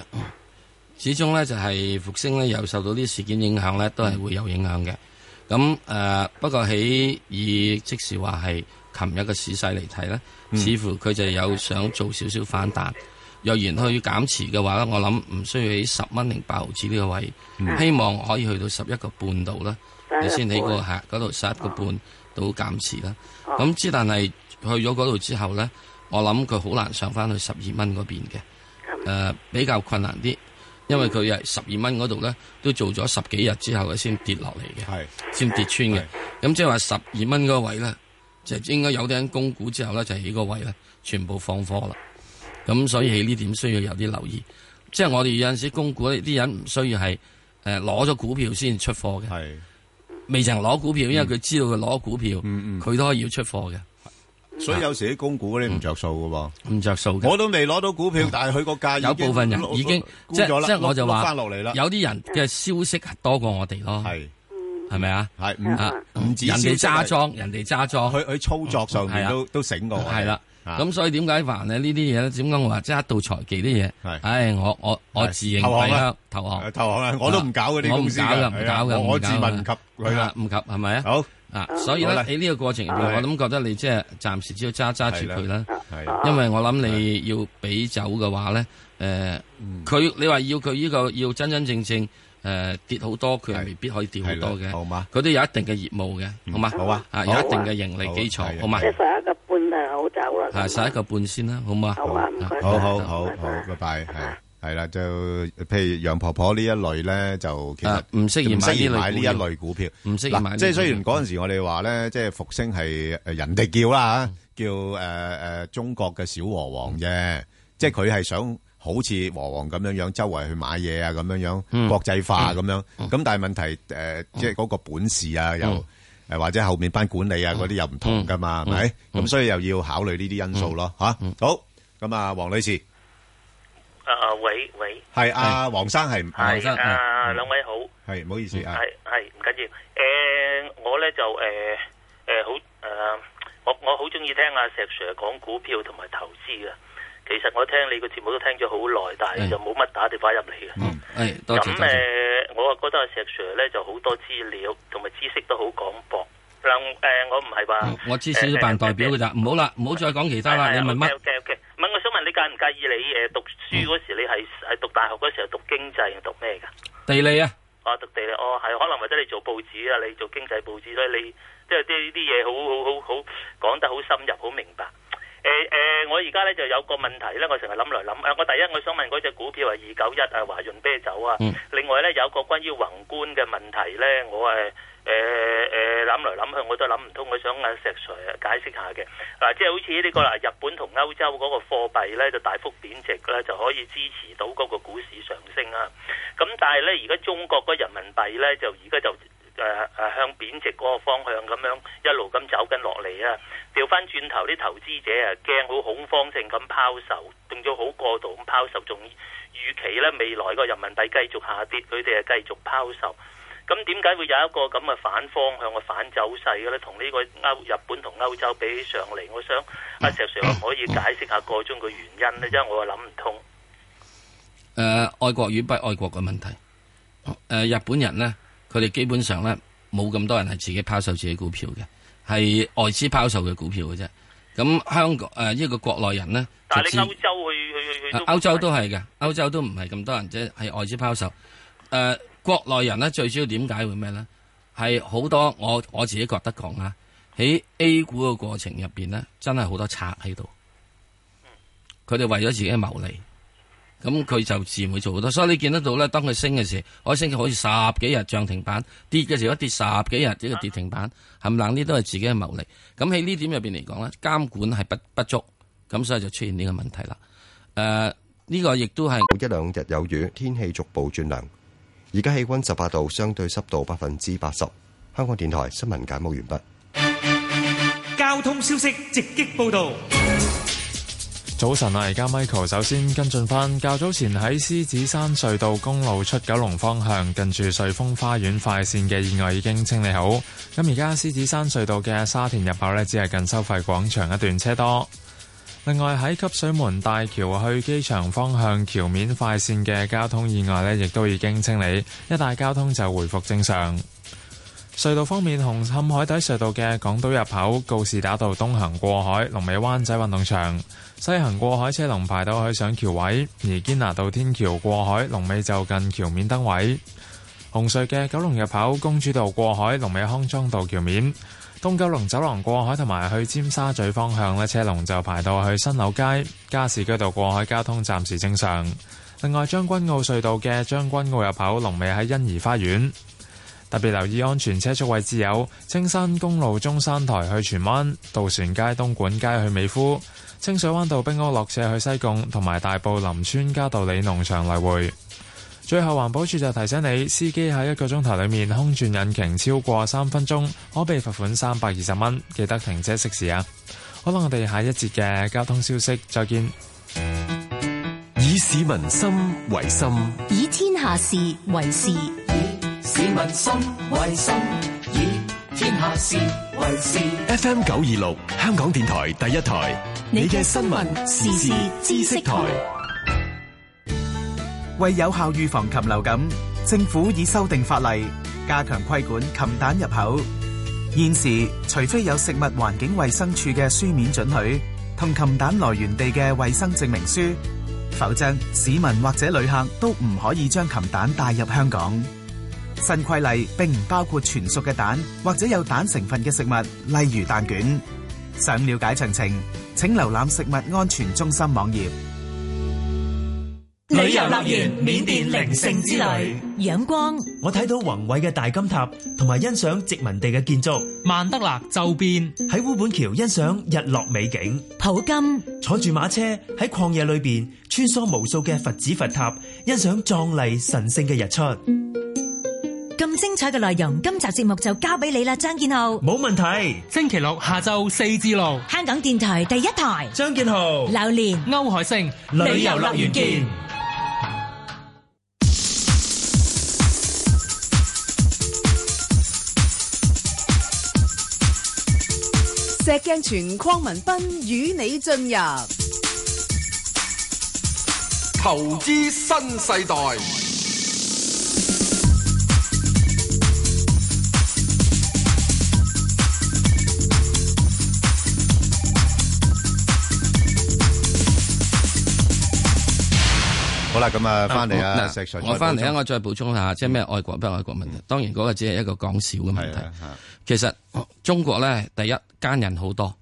始終咧就係復星咧，又受到啲事件影響咧，都係會有影響嘅。咁誒，不過喺以即時話係琴日嘅市勢嚟睇咧，
嗯
似乎佢就有想做少少反彈。若然去減持嘅話咧，我諗唔需要喺十蚊零八毫子呢個位，
嗯
希望可以去到十一個半度啦，
11
你先喺個
半
客嗰度十一個半到減持啦。咁之但係去咗嗰度之後咧，我諗佢好難上翻去十二蚊嗰邊嘅，誒、比較困難啲，因為佢係十二蚊嗰度咧都做咗十幾日之後咧先跌落嚟嘅，先跌穿嘅。咁即係話十二蚊嗰個位咧，就應該有啲人供股之後咧，就喺個位咧全部放貨啦。咁所以喺呢點需要有啲留意，即係我哋有陣時供股呢啲人唔需要係誒呃攞咗股票先出貨
嘅，
未曾攞股票，
嗯
因為佢知道佢攞股票，佢、都可以要出貨嘅。
所以有時啲供股嗰啲唔着數噶
喎，啊唔着數。
我都未攞到股票，但係佢個價已經
嗯有部分人
碌
已經
沽
即
咗
係
啦
即係我就
碌
話
翻落嚟啦。
有啲人嘅消息係多過我哋咯，
係
係咪啊？
係
唔啊
唔止
人哋
消息
揸
係
裝，人哋揸裝，
佢佢操作上面
係啊
都都醒過我哋
係啦。
啊
咁所以點解話咧呢啲嘢咧？點解我話即係一到財技啲嘢？唉，我我我
係
自認
投降啊
為啊
啦
啦，投降
投降啦 (laughs) 我都唔搞嗰啲
我唔
公司
搞
㗎
㗎
係
唔
啊
搞嘅，
我自問唔及佢啦
唔及係咪啊？
好
啊，所以咧
好啦
喺呢個過程入
係
邊，我諗覺得你即係暫時只要揸揸住佢啦
係啦，
因為我諗你要俾走嘅話咧，誒，
嗯
佢你話要佢呢個要真真正正。誒跌好多，佢係未必可以跌好多嘅，好嘛？佢都有一定嘅業務嘅，好嘛？好
啊
有一定嘅盈利基礎，好嘛？
即係十一個半啊，好走啦。
啊，十一個半先啦，好嘛？好
啊，
好好好好，拜拜，係係啦，就譬如楊婆婆呢一類咧，就其實
啊唔適宜
唔
買呢類
宜買呢一
股票
類股票，
唔適宜買呢
嗱
類
即係雖然嗰陣時我哋話咧，即係復星係誒人哋叫啦嚇，叫誒誒中國嘅小和王啫，即係佢係想。好似和王咁樣樣，周圍去買嘢啊，咁樣樣
嗯
國際化咁樣，咁但係問題誒，即係嗰個本事啊，又
嗯
誒或者後面班管理啊嗰啲又唔同噶嘛，係
嗯
咪？
嗯
咁所以又要考慮呢啲因素咯，吓。好，咁啊，黃女士
啊，喂喂，
係阿黃生係
係啊，兩位好，
係唔好意思啊
係，係唔緊要。誒，我咧就誒誒好誒，我我好中意聽阿石 Sir 講股票同埋投資嘅。其實我聽你個節目都聽咗好耐，但係就冇乜打電話入嚟嘅。
誒，嗯多
咁
謝
誒
多謝。，
我啊覺得阿石 Sir 咧就好多資料，同埋知識都好廣博。嗱誒，我唔係話
嗯我知少少扮代表嘅咋，唔好啦，唔好再講其他啦。你問乜
o k OK，唔係我想問你介唔介意你誒讀書嗰時，你係係讀大學嗰時候讀經濟定讀咩㗎？
地理啊？
我讀地理，哦，係可能或者你做報紙啊，你做經濟報紙，所以你即係啲啲嘢好好好好講得好深入，好明白。誒、誒、我而家咧就有個問題咧，我成日諗來諗。誒、我第一我想問嗰只股票係二九一啊，華潤啤酒啊。另外咧有個關於宏觀嘅問題咧，我誒誒誒諗來諗去我都諗唔通，我想阿石 Sir 解釋下嘅。嗱、即係好似呢、個啦，日本同歐洲嗰個貨幣咧就大幅貶值咧，就可以支持到嗰個股市上升啊。咁但係咧，而家中國嗰人民幣咧就而家就誒誒、呃向貶值嗰個方向咁樣一路咁走緊落嚟啊！調翻轉頭啲投資者啊，驚好恐慌性咁拋售，變咗好過度咁拋售，仲預期咧未來個人民幣繼續下跌，佢哋係繼續拋售。咁點解會有一個咁嘅反方向嘅反走勢嘅咧？同呢個歐日本同歐洲比起上嚟，我想
嗯
阿石 Sir 可唔可以解釋下個中嘅原因咧？因為我諗唔通。
誒、呃愛國與不愛國嘅問題。誒、日本人呢，佢哋基本上呢，冇咁多人係自己拋售自己股票嘅，係外資拋售嘅股票嘅啫。咁香港誒呢、個國內人呢，
但
就
係
自
你歐洲去去去去
啊啊歐洲都係嘅，歐洲都唔係咁多人，即係外資拋售。誒、呃國內人呢，最主要點解會咩呢？係好多我我自己覺得講啊，喺 A 股嘅過程入邊呢，真係好多賊喺度，佢哋為咗自己嘅牟利，咁佢就自然會做好多。所以你見得到咧，當佢升嘅時候，我升好似十幾日漲停板，跌嘅時候一跌十幾日呢個跌停板，冚冷呢都係自己嘅牟利。咁喺呢點入邊嚟講咧，監管係不不足，咁所以就出現呢個問題啦。誒、呢個亦都係
一兩日有雨，天氣逐步轉涼。而家氣温十八度，相對濕度百分之八十。香港電台新聞簡報完畢。
交通消息直擊報道。
早晨啊！而家 Michael 首先跟進翻，較早前喺獅子山隧道公路出九龍方向近住瑞峰花園快線嘅意外已經清理好。咁而家獅子山隧道嘅沙田入口呢，只係近收費廣場一段車多。另外喺汲水門大橋去機場方向橋面快線嘅交通意外呢，亦都已經清理，一帶交通就回復正常。隧道方面，紅磡海底隧道嘅港島入口告士打道東行過海，龍尾灣仔運動場；西行過海車龍排到去上橋位，而堅拿道天橋過海龍尾就近橋面燈位。紅隧嘅九龍入口公主道過海，龍尾康莊道橋面。東九龍走廊過海同埋去尖沙咀方向呢，車龍就排到去新柳街、加士居道過海，交通暫時正常。另外，將軍澳隧道嘅將軍澳入口龍尾喺欣怡花園。特別留意安全車速位置有青山公路中山台去荃灣、渡船街、東莞街去美孚、清水灣道冰屋落斜去西貢，同埋大埔林村嘉道理農場來回。最後，環保署就提醒你，司機喺一個鐘頭裏面空轉引擎超過三分鐘，可被罰款三百二十蚊。記得停車熄匙啊！好啦，我哋下一節嘅交通消息再見。
以市民心為心，
以天下事為事，
以市民心為心，以天下事為事。
FM 九二六，香港電台第一台，你嘅新聞時事知識台。
為有效預防禽流感，政府已修訂法例，加強規管禽蛋入口。現時，除非有食物環境衛生署嘅書面准許，同禽蛋來源地嘅衛生證明書，否則市民或者旅客都唔可以將禽蛋帶入香港。新規例並唔包括全熟嘅蛋或者有蛋成分嘅食物，例如蛋卷。想了解詳情，請瀏覽食物安全中心網頁。
旅遊樂園緬甸靈性之旅，
仰光。
我睇到宏偉嘅大金塔，同埋欣賞殖民地嘅建築。
曼德勒周邊
喺烏本橋欣賞日落美景。
普金
坐住馬車喺曠野裏邊穿梭無數嘅佛寺佛塔，欣賞壯麗神聖嘅日出。
咁精彩嘅內容，今集節目就交俾你啦，張建浩。
冇問題。
星期六下晝四至六，
香港電台第一台。
張建浩、
榴蓮、
歐海星，
旅遊樂園見。
石鏡泉鄺民彬與你進入
投資新世代。
好啦，咁啊，翻嚟啊，石 Sir，
我翻嚟啊，我再補充下，即係咩愛國不愛國問題。當然嗰個只係一個講笑嘅問題。其實中國咧，第一奸人好多，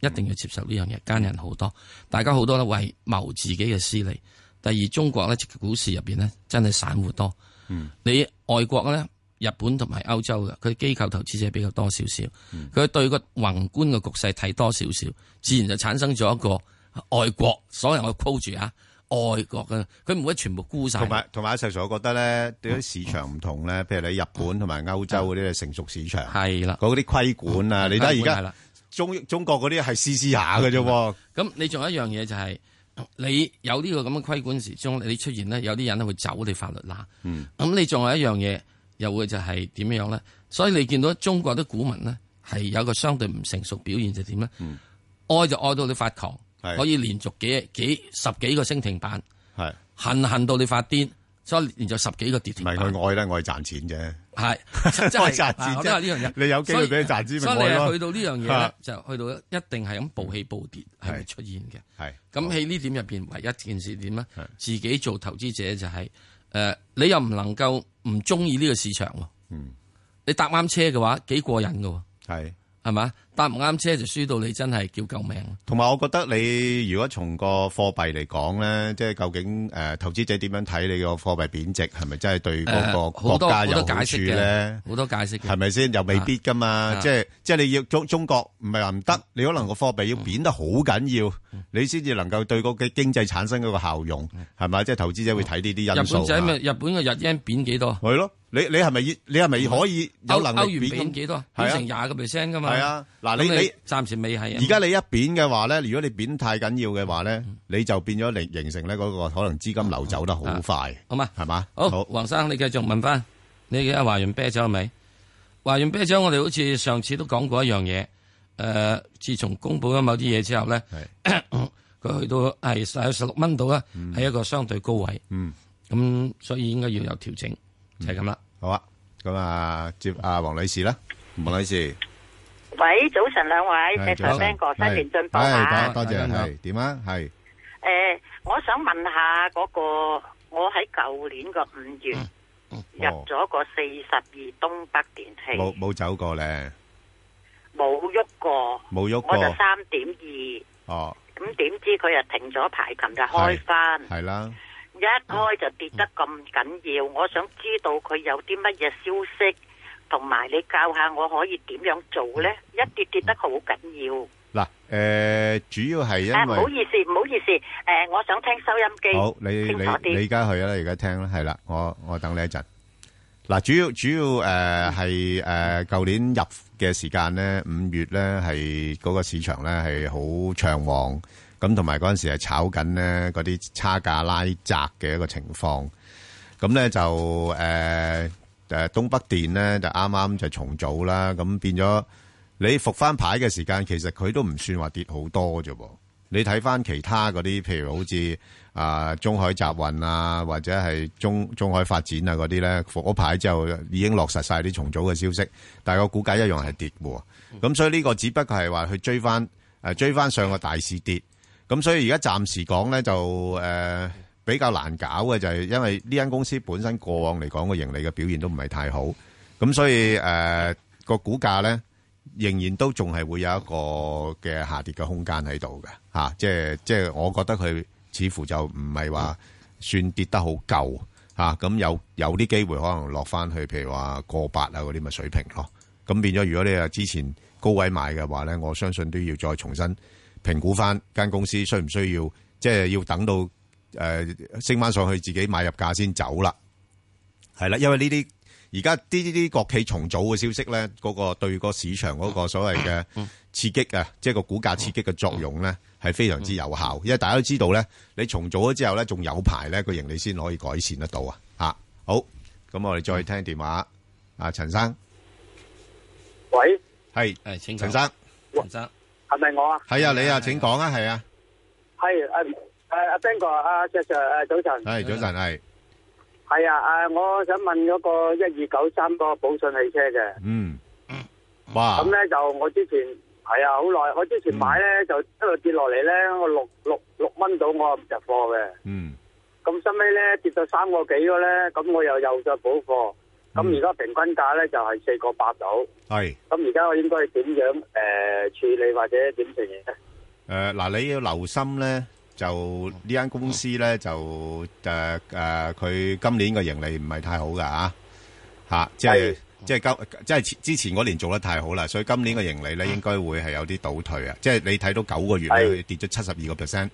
一定要接受呢樣嘢，奸人好多，大家好多咧為謀自己嘅私利。第二，中國咧股市入邊咧真係散戶多。嗯、你外國咧，日本同埋歐洲嘅，佢機構投資者比較多少少，佢、嗯、對個宏觀嘅局勢睇多少少，自然就產生咗一個愛國。所謂我 quote 住啊。外國嘅，佢唔會全部沽晒。
同埋同埋，實在我覺得咧，對啲市場唔同咧，譬如你日本同埋歐洲嗰啲成熟市場，
係啦，嗯
嗰啲規管啊，你睇而家中中國嗰啲係試試下嘅啫喎。
咁你仲有一樣嘢就係，你有呢個咁嘅規管時鐘，你出現咧有啲人咧會走你法律罅。嗯。咁你仲有一樣嘢，又會就係點樣咧？所以你見到中國啲股民咧係有個相對唔成熟表現就點咧？
嗯
愛就愛到你發狂。可以連續幾幾十幾個升停板，
係
恨恨到你發癲，所以連續十幾個跌停板。
唔係佢愛咧，愛賺錢啫。 (laughs)
係真係
賺錢，
真係呢樣嘢。
你有機會俾佢賺錢，
所以你去到呢樣嘢咧，就去到一定係咁暴起暴跌係會出現嘅。
嗯係
咁喺呢點入邊，唯一件事點咧？自己做投資者就係誒，你又唔能夠唔中意呢個市場喎。嗯，你搭啱車嘅話幾過癮㗎喎。
係。
係嘛？搭唔啱車就輸到你真係叫救命。
同埋，我覺得你如果從個貨幣嚟講咧，即係究竟誒投資者點樣睇你個貨幣貶值係咪真係
呃
對嗰個國家有好處咧？
好多解釋嘅，
係咪先？又未必噶嘛。即係即係你要中中國唔係話唔得，你可能個貨幣要貶得好緊要，你先至能夠對個嘅經濟產生嗰個效用，係咪？即係投資者會睇呢啲因素。啊
日本仔咪日本嘅日圓貶幾多？
係咯，你你係咪你係咪可以有能力啊
歐元貶幾多？貶成廿個 percent 噶嘛？
係啊。嗱，你
咁
你
暫時未係啊
而家你一扁嘅話咧，如果你扁太緊要嘅話咧，你就變咗嚟形成咧嗰個可能資金流走得好快，
好嘛？
係嘛？
好，黃生，你繼續問翻，你而家華潤啤酒係咪？華潤啤酒，我哋好似上次都講過一樣嘢，誒、呃自從公佈咗某啲嘢之後咧， (coughs) 佢去到係十十六蚊度啦，係一個相對高位，
嗯，
咁所以應該要有調整，就係咁啦。
好啊，咁啊，接阿黃女士啦，黃女士，
喂，早晨兩位，
係
石
早晨
Sir Ben 哥，新年進步
係
啊！
多多謝，係點啊？係
誒，我想問下嗰個，我喺舊年個五月入咗個四十二東北電器，
哦冇冇走過咧，
冇喐過，
冇喐
我就
過，
三點二，
哦，
咁點知佢又停咗排，琴日開翻，
係啦。
一開就跌得咁緊要，我想知道佢有啲乜嘢消息，同埋你教下我可以點樣做呢？一跌跌得好緊要。
嗱，誒，主要係因
啊，唔好
為
意思，唔好意思，誒、我想聽收音機，
好，你
清
你
楚啲
你而家去啦，而家聽啦，係啦，我我等你一陣。嗱，主要主
嗯
要誒係誒舊年入嘅時間咧，五月咧係嗰個市場咧係好暢旺，咁同埋嗰陣時係炒緊咧嗰啲差價拉窄嘅一個情況。咁咧就誒誒、東北電咧就啱啱就重組啦，咁變咗你復翻牌嘅時間，其實佢都唔算話跌好多啫喎。你睇翻其他嗰啲，譬如好似啊、中海集運啊，或者係中中海發展啊嗰啲咧，復咗牌之後已經落實晒啲重組嘅消息，但係個股價一樣係跌嘅喎。咁所以呢個只不過係話去追翻誒、追翻上個大市跌。咁所以而家暫時講咧就誒、呃比較難搞嘅就係因為呢間公司本身過往嚟講個盈利嘅表現都唔係太好，咁所以誒個、股價咧仍然都仲係會有一個嘅下跌嘅空間喺度嘅嚇，啊即係即係我覺得佢似乎就唔係話算跌得好夠嚇，咁、有有啲機會可能落翻去譬如話過百啊嗰啲咪水平咯，咁變咗如果你係之前高位買嘅話咧，我相信都要再重新。評估翻間公司需唔需要，即係要等到誒、呃升翻上去自己買入價先走啦。係啦，因為呢啲而家啲啲啲國企重組嘅消息咧，嗰、個對個市場嗰個所謂嘅刺激啊，即係個股價刺激嘅作用咧，係非常之有效。因為大家都知道咧，你重組咗之後咧，仲有排咧個盈利先可以改善得到啊。嚇，好，咁我哋再聽電話，啊陳生
喂，
係，
係請
陳生
陳生
系咪我啊？
係啊，你啊，請講啊，係啊，
系诶诶阿 Ben 哥阿 Sir 诶早晨，
係啊早晨係，
系啊诶，我想问嗰个一二九三个宝信汽车嘅，
嗯，哇嗯
咁。咧就我之前系啊好耐，我之前买咧就一路跌落嚟咧，我六六六蚊到我唔入货嘅，
嗯，
咁收尾咧跌到三个几咗咧，咁我又又再补货，咁
嗯
而家平均价咧就系四个八到，
係。
咁而家我应该点样诶处理或者点成嘢咧？
诶，呃嗱、你要留心咧，就呢間公司咧就诶诶，呃佢、今年嘅盈利唔係太好噶吓吓，即係即係今即系之前嗰年做得太好啦，所以今年嘅盈利咧應該會係有啲倒退啊，即係你睇到九個月咧佢跌咗七十二個 percent，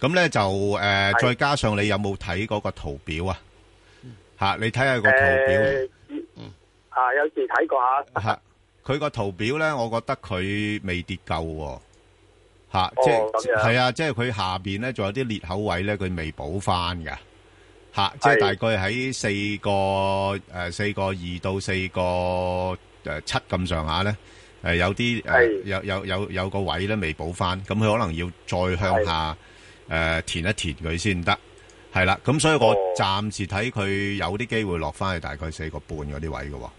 咁咧就诶、呃再加上你有冇睇嗰個圖表啊？吓、你睇下個圖表。嗯
誒啊，有時睇過下。
吓，佢個圖表咧，我覺得佢未跌夠喎，吓、
哦
即
咁
係
樣
係啊，即係佢下边咧仲有啲裂口位咧，佢未補翻嘅，吓、即係
係
大概喺四個诶四个二到四個诶七咁上下咧，诶、有啲诶、
係
有有有有个位咧未補翻，咁佢可能要再向下诶、誒填一填佢先得。係啦，咁所以
哦
我暫時睇佢有啲機會落翻去大概四個半嗰啲位嘅喎。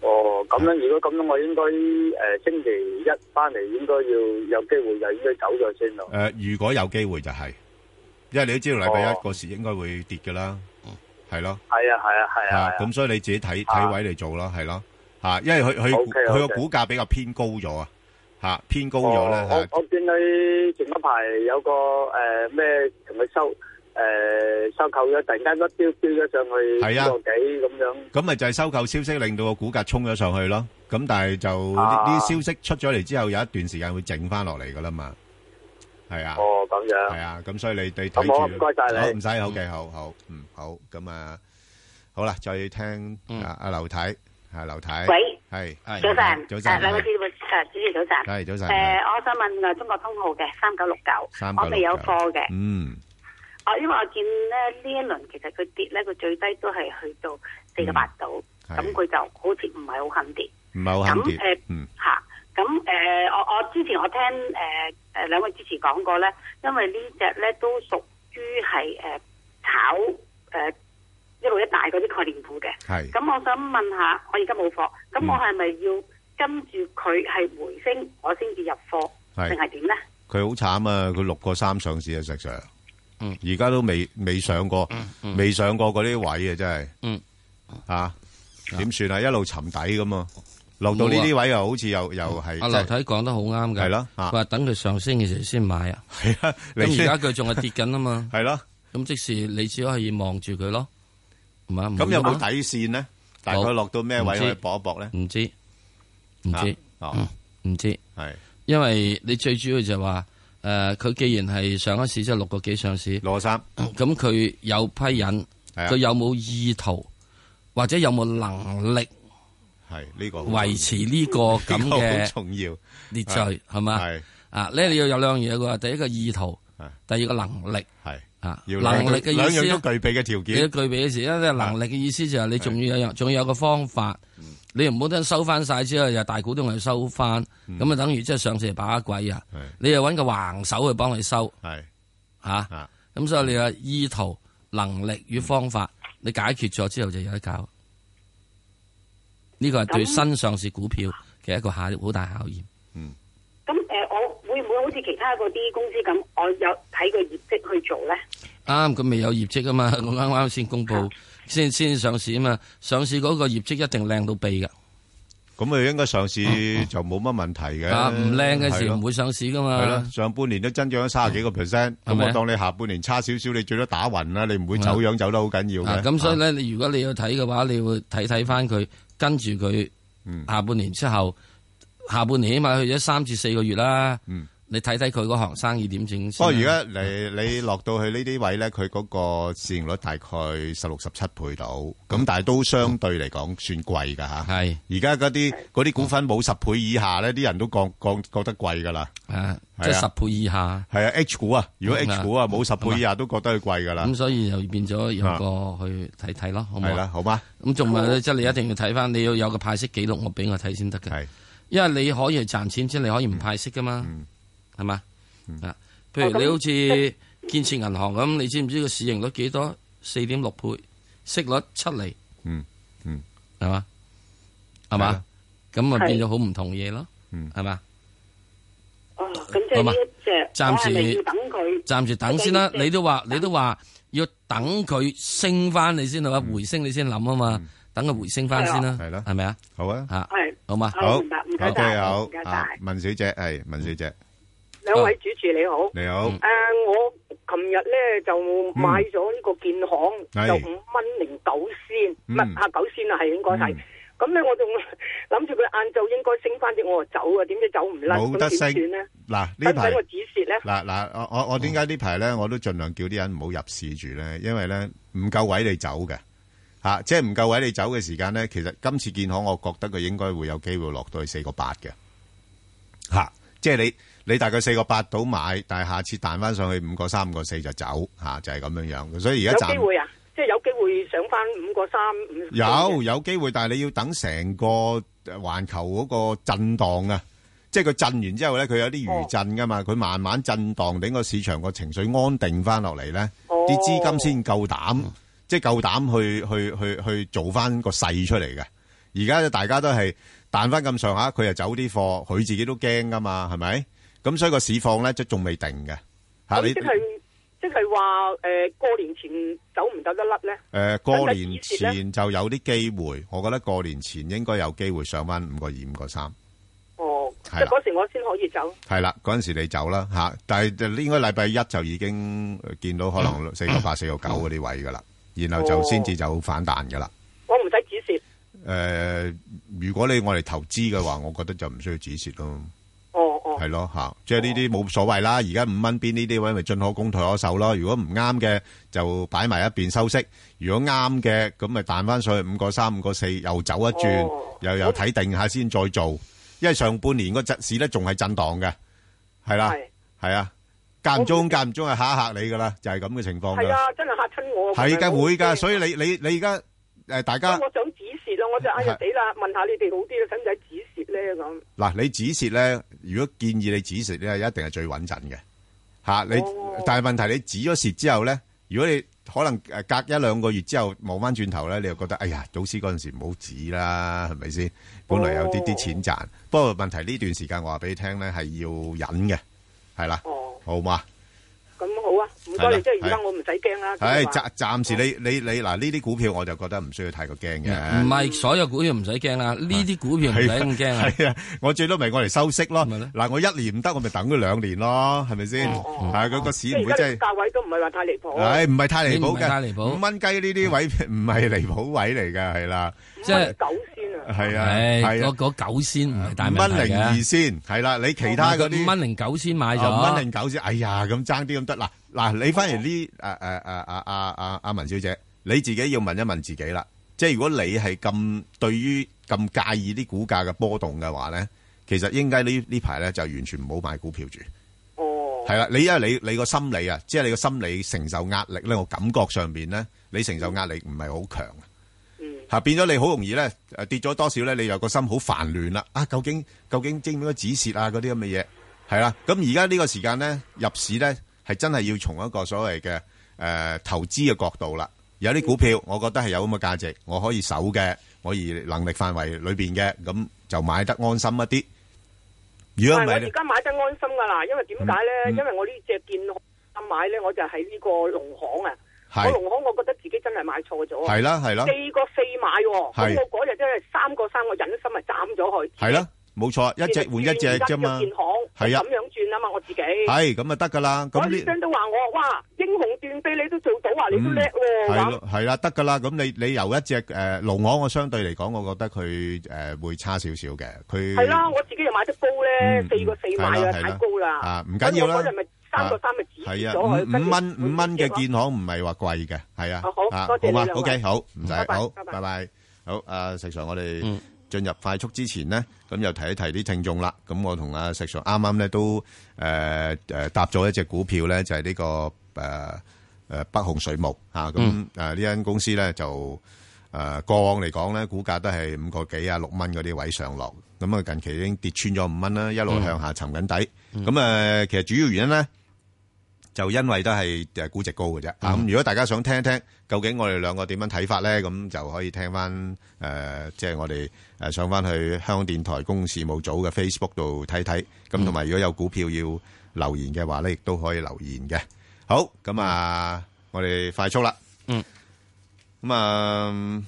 哦，咁樣如果咁樣，我應該誒、呃星期一翻嚟應該要有機會就應該走咗先咯
誒、。如果有機會就係、因為你都知道禮拜一
哦
個市應該會跌嘅啦，係咯，
係啊，係啊，係啊
啊，
係啊，
咁所以你自己睇睇位嚟做咯，係咯，嚇，因為佢佢
OK，OK
佢個股價比較偏高咗啊，嚇，偏高咗咧，
哦
嚇
我我見佢前一排有個誒咩同佢收誒、呃收購咗，突然間一飆飆咗上去
係啊
呢個幾咁樣。
咁咪就係收購消息令到個股價衝咗上去咯，咁但係就呢
啊
啲消息出咗嚟之後，有一段時間會整翻落嚟噶啦嘛，係啊。
哦，咁樣。
係啊，咁所以你你睇住，
好唔該晒你
好唔使，好嘅，好好，嗯，好，咁啊，好啦，再聽阿阿劉太，係劉太，
喂
係
早晨，
早晨，
À, vâng,
兩個節目
誒，主持早晨，
係早晨
誒，我想問誒中國通號嘅三九六九，
3969
我未有貨
Ừ.
嘅。
嗯，
我因為我見咧呢一輪其實佢跌咧，佢最低都係去到四個八度，
嗯
咁
係
佢就好似唔係好肯跌。
唔係好肯
咁
跌
誒，
嗯，
嚇，咁誒，我我之前我聽誒誒兩位主持講過咧，因為呢只咧都屬於係誒呃炒誒一路一帶嗰啲概念股嘅。
係嗯
咁我想問下，我而家冇貨，咁我係咪要跟住佢係回升，我先至入貨，
係
定係點咧？
佢好慘啊！佢六個三上市啊，石 Sir，而家都未未上過，未上過嗰啲位啊，真係，啊，點算啊？一路沉底咁啊，落到呢啲位又好似又又係，
阿
即係
劉太講得好啱㗎，
係咯啊
佢話等佢上升嘅時候先買啊。
係啊，你
咁而家佢仲係跌緊啊嘛。
係咯，
咁即時你只可以望住佢咯，唔啊係
咁有冇底線呢？大概落到咩位可以搏一搏咧？
唔知，唔知，嗯
啊
唔知，
系，
因為你最主要就係話。誒，佢、既然係上一市即係六個幾上市，
攞三，
咁佢有批人，
啊
佢有冇意圖或者有冇能力
係呢個好
維持呢個咁
呢個
嘅
好重要
秩序
啊
係嘛？
係
啊，咧你要有兩樣嘢嘅，第一個意圖，第二個能力
係
啊，
要
能力嘅意思
兩樣都具備嘅條件啊
你要具備嘅時，因為能力嘅意思就係你仲要有樣，仲要有個方法。
嗯
你唔好等收翻晒之後，又大股東去收翻，
嗯
咁啊等於即係上市把鬼啊！你又揾個橫手去幫你收，
係啊
嚇。咁所以你話意圖、能力與方法，
嗯
你解決咗之後就有得搞。呢個係對
咁
新上市股票嘅一個考好大考驗。
咁誒，我會唔會好似其他嗰啲公司咁，我有睇個業績去做咧？
啱，佢未有業績啊嘛， (laughs) 我啱啱先公
啊
佈，先先上市啊嘛，上市嗰個業績一定靚到痹㗎。哦
咁佢應該上市就冇乜問題嘅。
啊唔靚嘅時
係咯
唔會上市噶嘛。
係咯，上半年都增長咗三十幾個 percent，
係
咁
咪啊
我當你下半年差少少，你最多打暈啦，你唔會走樣走得好緊要
啊
嘅。
咁所以咧，你如果你要睇嘅話，你會睇睇翻佢跟住佢
嗯
下半年之後，下半年起碼去咗三至四個月啦。你睇睇佢嗰行生意點整
嗯不過
先啦。
而家你你落到去呢啲位咧，佢嗰個市盈率大概十六十七倍到，咁但係都相對嚟講算貴㗎吓。
係
而家嗰啲嗰啲股份冇十倍以下咧，啲人都覺覺覺得貴㗎啦。
啊，即係十倍以下。
係啊，H 股啊，如果
嗯
H 股啊冇十倍以下都覺得佢貴㗎啦。
咁所以就變咗有個去睇睇咯，好唔好啊？
係啦好嘛。
咁仲咪即係你一定要睇翻，你要有個派息記錄，我俾我睇先得嘅。
係，嗯
因為你可以係賺錢先，你可以唔派息噶嘛，係嘛？啊，譬如你好似建設銀行咁，你知唔知個市盈率幾多？四點六倍，息率七厘，
嗯嗯，
係嘛？係
係
嘛
啦？嗯
咁咪變咗
係
好唔同嘢咯，係嘛？
哦，咁即係呢一隻，
好嘛
我係咪要等佢？
暫時等先啦。你都話你都話要等佢升翻你先係嘛？回升你先諗啊嘛。等佢回升翻先啦，
嗯係咯
係咪啊？
好啊，
嚇
係
好嘛？
好
明白唔該晒
OK，好
唔該晒
啊文小姐係文小姐，
兩
啊
位主持你好，
你好
嗯
誒、我琴日咧就買咗呢個建行，
嗯係
就五蚊零九仙，唔
嗯
係啊九仙啊，係應該係。咁咧我仲諗住佢晏晝應該升翻啲，我就走啊，點知走
嗯
唔甩，
冇
咁
得
點
升
算咧？
嗱呢
使唔
排
使我止蝕咧？
嗱嗱，我我
哦
我點解呢排咧，我都盡量叫啲人唔好入市住咧，因為咧唔夠位你走嘅嚇、即係唔夠位你走嘅時間咧，其實今次建行，我覺得佢應該會有機會落到去四個八嘅嚇，即係你你大概四個八到買，但係下次彈翻上去五個三個四就走嚇、就係、咁樣樣。所以而
有
家暫
機會啊，即係有機會上翻五個三五。5.4
有有機會，但係你要等成個誒環球嗰個震盪啊，即係佢震完之後咧，佢有啲餘震噶嘛，佢慢慢震盪，等個市場個情緒安定翻落嚟咧，啲資金先夠膽，即係夠膽去去去去做翻個勢出嚟嘅。而家大家都係彈翻咁上下，佢又走啲貨，佢自己都驚噶嘛，係咪？咁所以個市況咧，即係仲未定嘅嚇
咁
你
即。係即係話誒過年前走唔走得甩咧？
誒、呃過年前就有啲機會，我覺得過年前應該有機會上翻五個二、五個三，
哦，即
係啊
係
啦
嗰時我先可以走。
係啦，嗰陣時你走啦吓、但係就應該禮拜一就已經呃見到可能四個八、四個九嗰啲位噶啦，然後就
哦
先至就反彈噶啦。
我唔使止蝕。
誒、如果你我哋投資嘅話，我覺得就唔需要止蝕咯。
哦哦，
係咯吓，即係呢啲冇所謂啦。而家五蚊邊呢啲位咪進可攻退可守咯。如果唔啱嘅就擺埋一邊收息，如果啱嘅咁咪彈翻上去五個三、五個四又走一轉，又又睇定下先再做因為上半年個陣市咧仲係震盪嘅，係啦，係啊，間唔中間唔中係嚇一嚇你噶啦，就係咁嘅情況㗎
係
啦。
啊，真係嚇親我。
係
咁樣
嘅，會㗎，所以你你你而家誒大家
所以我想止蝕啦，我就哎
係
呀死啦，問下你哋好啲啦，使唔使止蝕咧咁？
嗱，你止蝕咧，如果建議你止蝕咧，一定係最穩陣嘅吓。你
哦
但係問題你止咗蝕之後咧，如果你可能诶隔一兩個月之後望翻轉頭咧，你又覺得哎呀，早知嗰阵时唔好止啦，係咪先？本來有
哦
啲啲錢賺，不過問題呢段時間我話俾你聽咧，係要忍嘅，係啦，
哦
好嘛？
咁好啊，唔該
係啦
你，即係而家
係
我唔使驚啦。
唉，
咁啊
暫暫時你你你嗱呢啲股票我就覺得唔需要太過驚嘅。
唔
嗯
係所有股票唔使驚啦，呢啲股票唔使咁驚啊。
系啊，我最多咪我嚟收息咯。嗱，我一年唔得，我咪等佢兩年咯，係咪先？係啊嗰個市
哦
唔
即
會
係而家
真
呢
係
個價位都唔係話太離譜。
唉，唔係太離譜
你唔係太離
嘅，
譜
五蚊雞呢啲位唔係離譜位嚟㗎，係啦，
即係
九先啊，
係啊，
唉
係啊
嗰，嗰九仙唔係大
五
問題
蚊零
嘅
二先，係啦，你其他嗰啲
五蚊零九先買
哦五蚊
咗
零，九先，哎呀，咁爭啲咁得嗱嗱，你反而呢誒誒誒誒阿阿阿文小姐，你自己要問一問自己啦，即係如果你係咁對於咁介意啲股價嘅波動嘅話咧，其實應該呢呢排咧就完全唔好買股票住。
哦，
係啦，你因為你你個心理啊，即係你個心理承受壓力咧，我感覺上邊咧，你承受壓力唔係好強。吓變咗你好容易咧，誒跌咗多少咧，你又個心好煩亂啦。啊，究竟究竟應唔應該止蝕啊？嗰啲咁嘅嘢係啦。咁而家呢個時間咧，入市咧係真係要從一個所謂嘅誒投資嘅角度啦。有啲股票，我覺得係有咁嘅價值，我可以守嘅，我而能力範圍裏邊嘅，咁就買得安心一啲。如果唔
係我
係你
而，家買得安心㗎啦，因為點解咧？
嗯嗯
因為我呢只建行買咧，我就喺呢個農行啊。
係
我農行，我覺得自己真係買錯咗啊。
係啦係啦
四個四買喎，
係
咁我嗰日真係三個三，我忍心啊斬咗佢。
係啦，冇錯，啊一隻換一隻啫嘛
轉而家就建行。
係啊
咁樣轉啊嘛，我自己。
係咁就得㗎啦。
我
咁
醫
呢？
生都話我哇，英雄斷臂你都做到啊，你都叻喎。
嗯係
咁
咯，係啦，得噶啦。咁你你由一隻诶龙昂，我相對嚟講，我覺得佢诶会差少少嘅。佢
係啦，我自己又買得高咧，四個四買
嗯係啦
啊，
係啦
太高啦
啊。唔緊要啦
咁我嗰日咪三個三咪止
係
蝕
啊，
咗佢
五
跟
五
住
蚊五蚊嘅
換一隻咯
建行唔係話貴嘅，係啊
哦。好
啊
多謝你
嘛
兩位
OK，好，唔使
拜拜
好，
拜拜
拜拜。好，阿石 Sir，我哋進入快速之前呢，咁又提一提啲聽眾啦。咁我同阿石 Sir 啱啱咧都诶诶搭咗一隻股票咧，就係呢個诶诶北控水務吓。咁
嗯
诶呢間公司咧就。誒、呃過往嚟講咧，股價都係五個幾啊六蚊嗰啲位上落，咁啊近期已經跌穿咗五蚊啦，一路向下沉緊底。咁誒、呃其實主要原因咧就因為都係誒估值高嘅啫。啊咁、如果大家想聽一聽，究竟我哋兩個點樣睇法咧，咁就可以聽翻誒、呃即係我哋誒上翻去香港電台公共事務組嘅 Facebook 度睇睇。咁同埋如果有股票要留言嘅話咧，亦都可以留言嘅。好，咁啊，我哋快速啦。
嗯。
咁啊，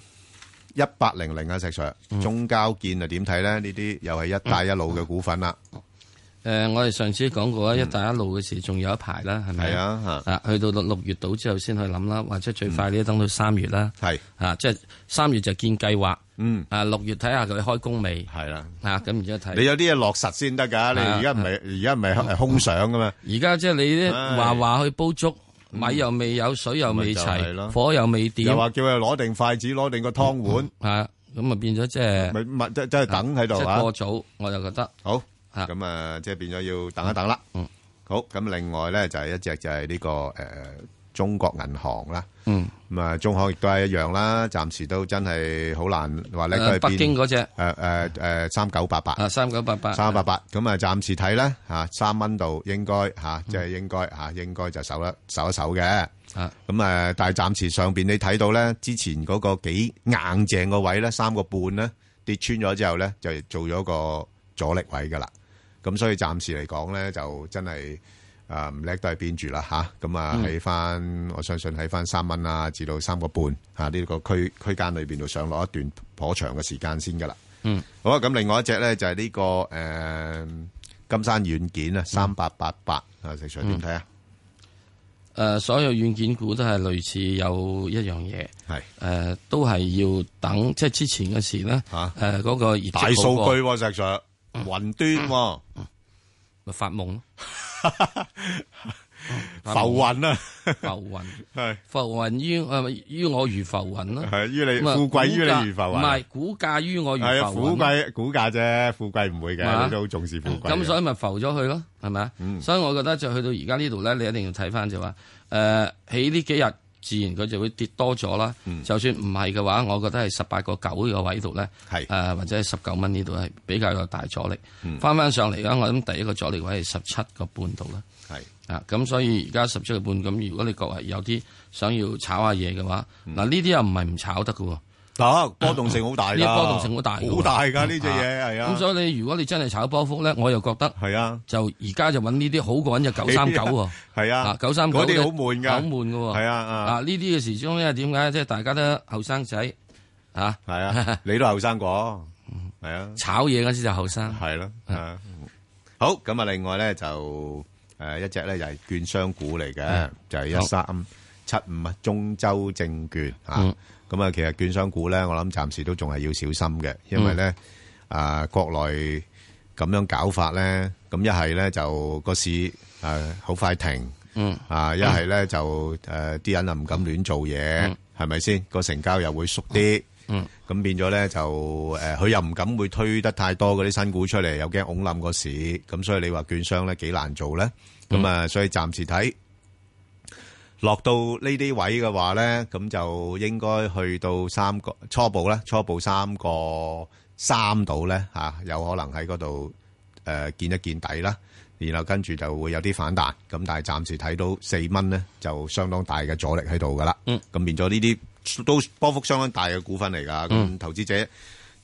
一八零零啊，石 Sir，中交建啊點睇咧？呢啲又係一帶一路嘅股份啦。
诶，我哋上次講過啊啦，一帶一路嘅事仲有一排啦，係咪？
嗯係啊，嗯
啊，去到六六月度之後先去諗啦，或者最快呢等到三月啦。
係
啊，即係三月就見計劃。
嗯。
啊，六月睇下佢開工未？
係啦。
啊，咁然之後睇。
你有啲嘢落實先得㗎，你
係啊
而家唔係而家唔係係空想㗎嘛。
而家即係你
唉
啲話話去煲粥，米又未有，水又未
咪就係咯
齊，火又未點，
又話叫佢攞定筷子，攞定個湯碗。
啊，咁啊變咗即係
咪咪即即係等喺度
即係
啊
過早，我就覺得
好，咁啊，即係變咗要等一等啦。
嗯，
好，咁另外咧就係一隻就係呢個诶中國銀行啦。
嗯，
咁啊，中行亦都係一樣啦，暫時都真係好難話咧。佢係
誒北
邊
京嗰隻
誒誒誒三九八八
啊三九八八
啊三八八，咁啊暫時睇咧嚇三蚊度應該
嗯
嚇，即係應該嚇應該就守一守一守嘅。
啊，
咁啊，但係暫時上邊你睇到咧，之前嗰個幾硬淨個位咧，三個半咧跌穿咗之後咧，就做咗個阻力位噶啦。咁所以暫時嚟講咧，就真係啊唔叻都係邊住啦吓，咁啊
嗯
喺翻，我相信喺翻三蚊啊，至到三個半啊呢個區區間裏邊度上落一段頗長嘅時間先噶啦。
嗯，
好啊，咁另外一隻咧就係呢、個誒、金山軟件啊，三八八八啊，石 Sir 點睇啊？
嗯誒所有軟件股都係類似有一樣嘢，
係
誒都係要等，即係之前嘅事咧，誒嗰個業績
大數
好過
據喎、石 Sir，雲端喎、
咪發夢咯。
(laughs) (laughs) 浮雲啊，
(laughs) 浮
(laughs)
雲系浮雲於誒於我如浮雲啦，
係於你
咁啊
富貴於
股價
你如浮雲
唔係股價於我如浮
係啊，
雲
富
啦。
貴股價啫，富貴唔會
啊
嘅，你都好重視富貴啊嗯嘅。
咁所以咪浮咗佢咯，係咪啊？所以我覺得就去到而家呢度咧，你一定要睇翻就話，誒喺呢幾日自然佢就會跌多咗啦。
嗯
就算唔係嘅話，我覺得係十八個九呢個位度咧，
係嗯
誒或者係十九蚊呢度係比較有大阻力。翻翻上嚟啦，我諗第一個阻力位係十七個半度啦。
係
啊，咁所以而家十七個半咁，如果你各位有啲想要炒下嘢嘅話，嗱呢啲又唔係唔炒得嘅喎。
嗯得波動性好大㗎
呢個波動性好大㗎喎，
好大㗎呢隻嘢係啊
咁所以你如果你真係炒波幅咧，我又覺得
係啊，
就而家就揾呢啲好過揾隻九三九喎，
(laughs) 係啊
九三九
嗰啲好悶㗎
好悶㗎喎，
係啊啊
啊呢啲嘅時鐘因為點解即係大家都後生仔啊，
係
(laughs)
啊，你都後生過，係啊，
炒嘢嗰時就後生，
係咯，啊好咁啊，另外咧就誒一隻咧就係券商股嚟嘅
嗯，
就係一三七五啊，中州證券啊，咁啊，其實券商股咧，我諗暫時都仲係要小心嘅，因為咧啊，國內咁樣搞法咧，咁一係咧就個市誒好快停。
嗯
啊，一係咧就誒啲人啊唔敢亂做嘢，係咪先？個成交又會縮啲，
嗯，
咁變咗咧就誒，佢又唔敢會推得太多嗰啲新股出嚟，又驚拱冧個市，咁所以你話券商咧幾難做咧，咁啊，所以暫時睇落到呢啲位嘅話咧，咁就應該去到三個初步咧，初步三個三度咧嚇，有可能喺嗰度誒見一見底啦。然後跟住就會有啲反彈，咁但係暫時睇到四蚊咧就相當大嘅阻力喺度噶啦。
嗯，
咁變咗呢啲都波幅相當大嘅股份嚟㗎。咁、
嗯
投資者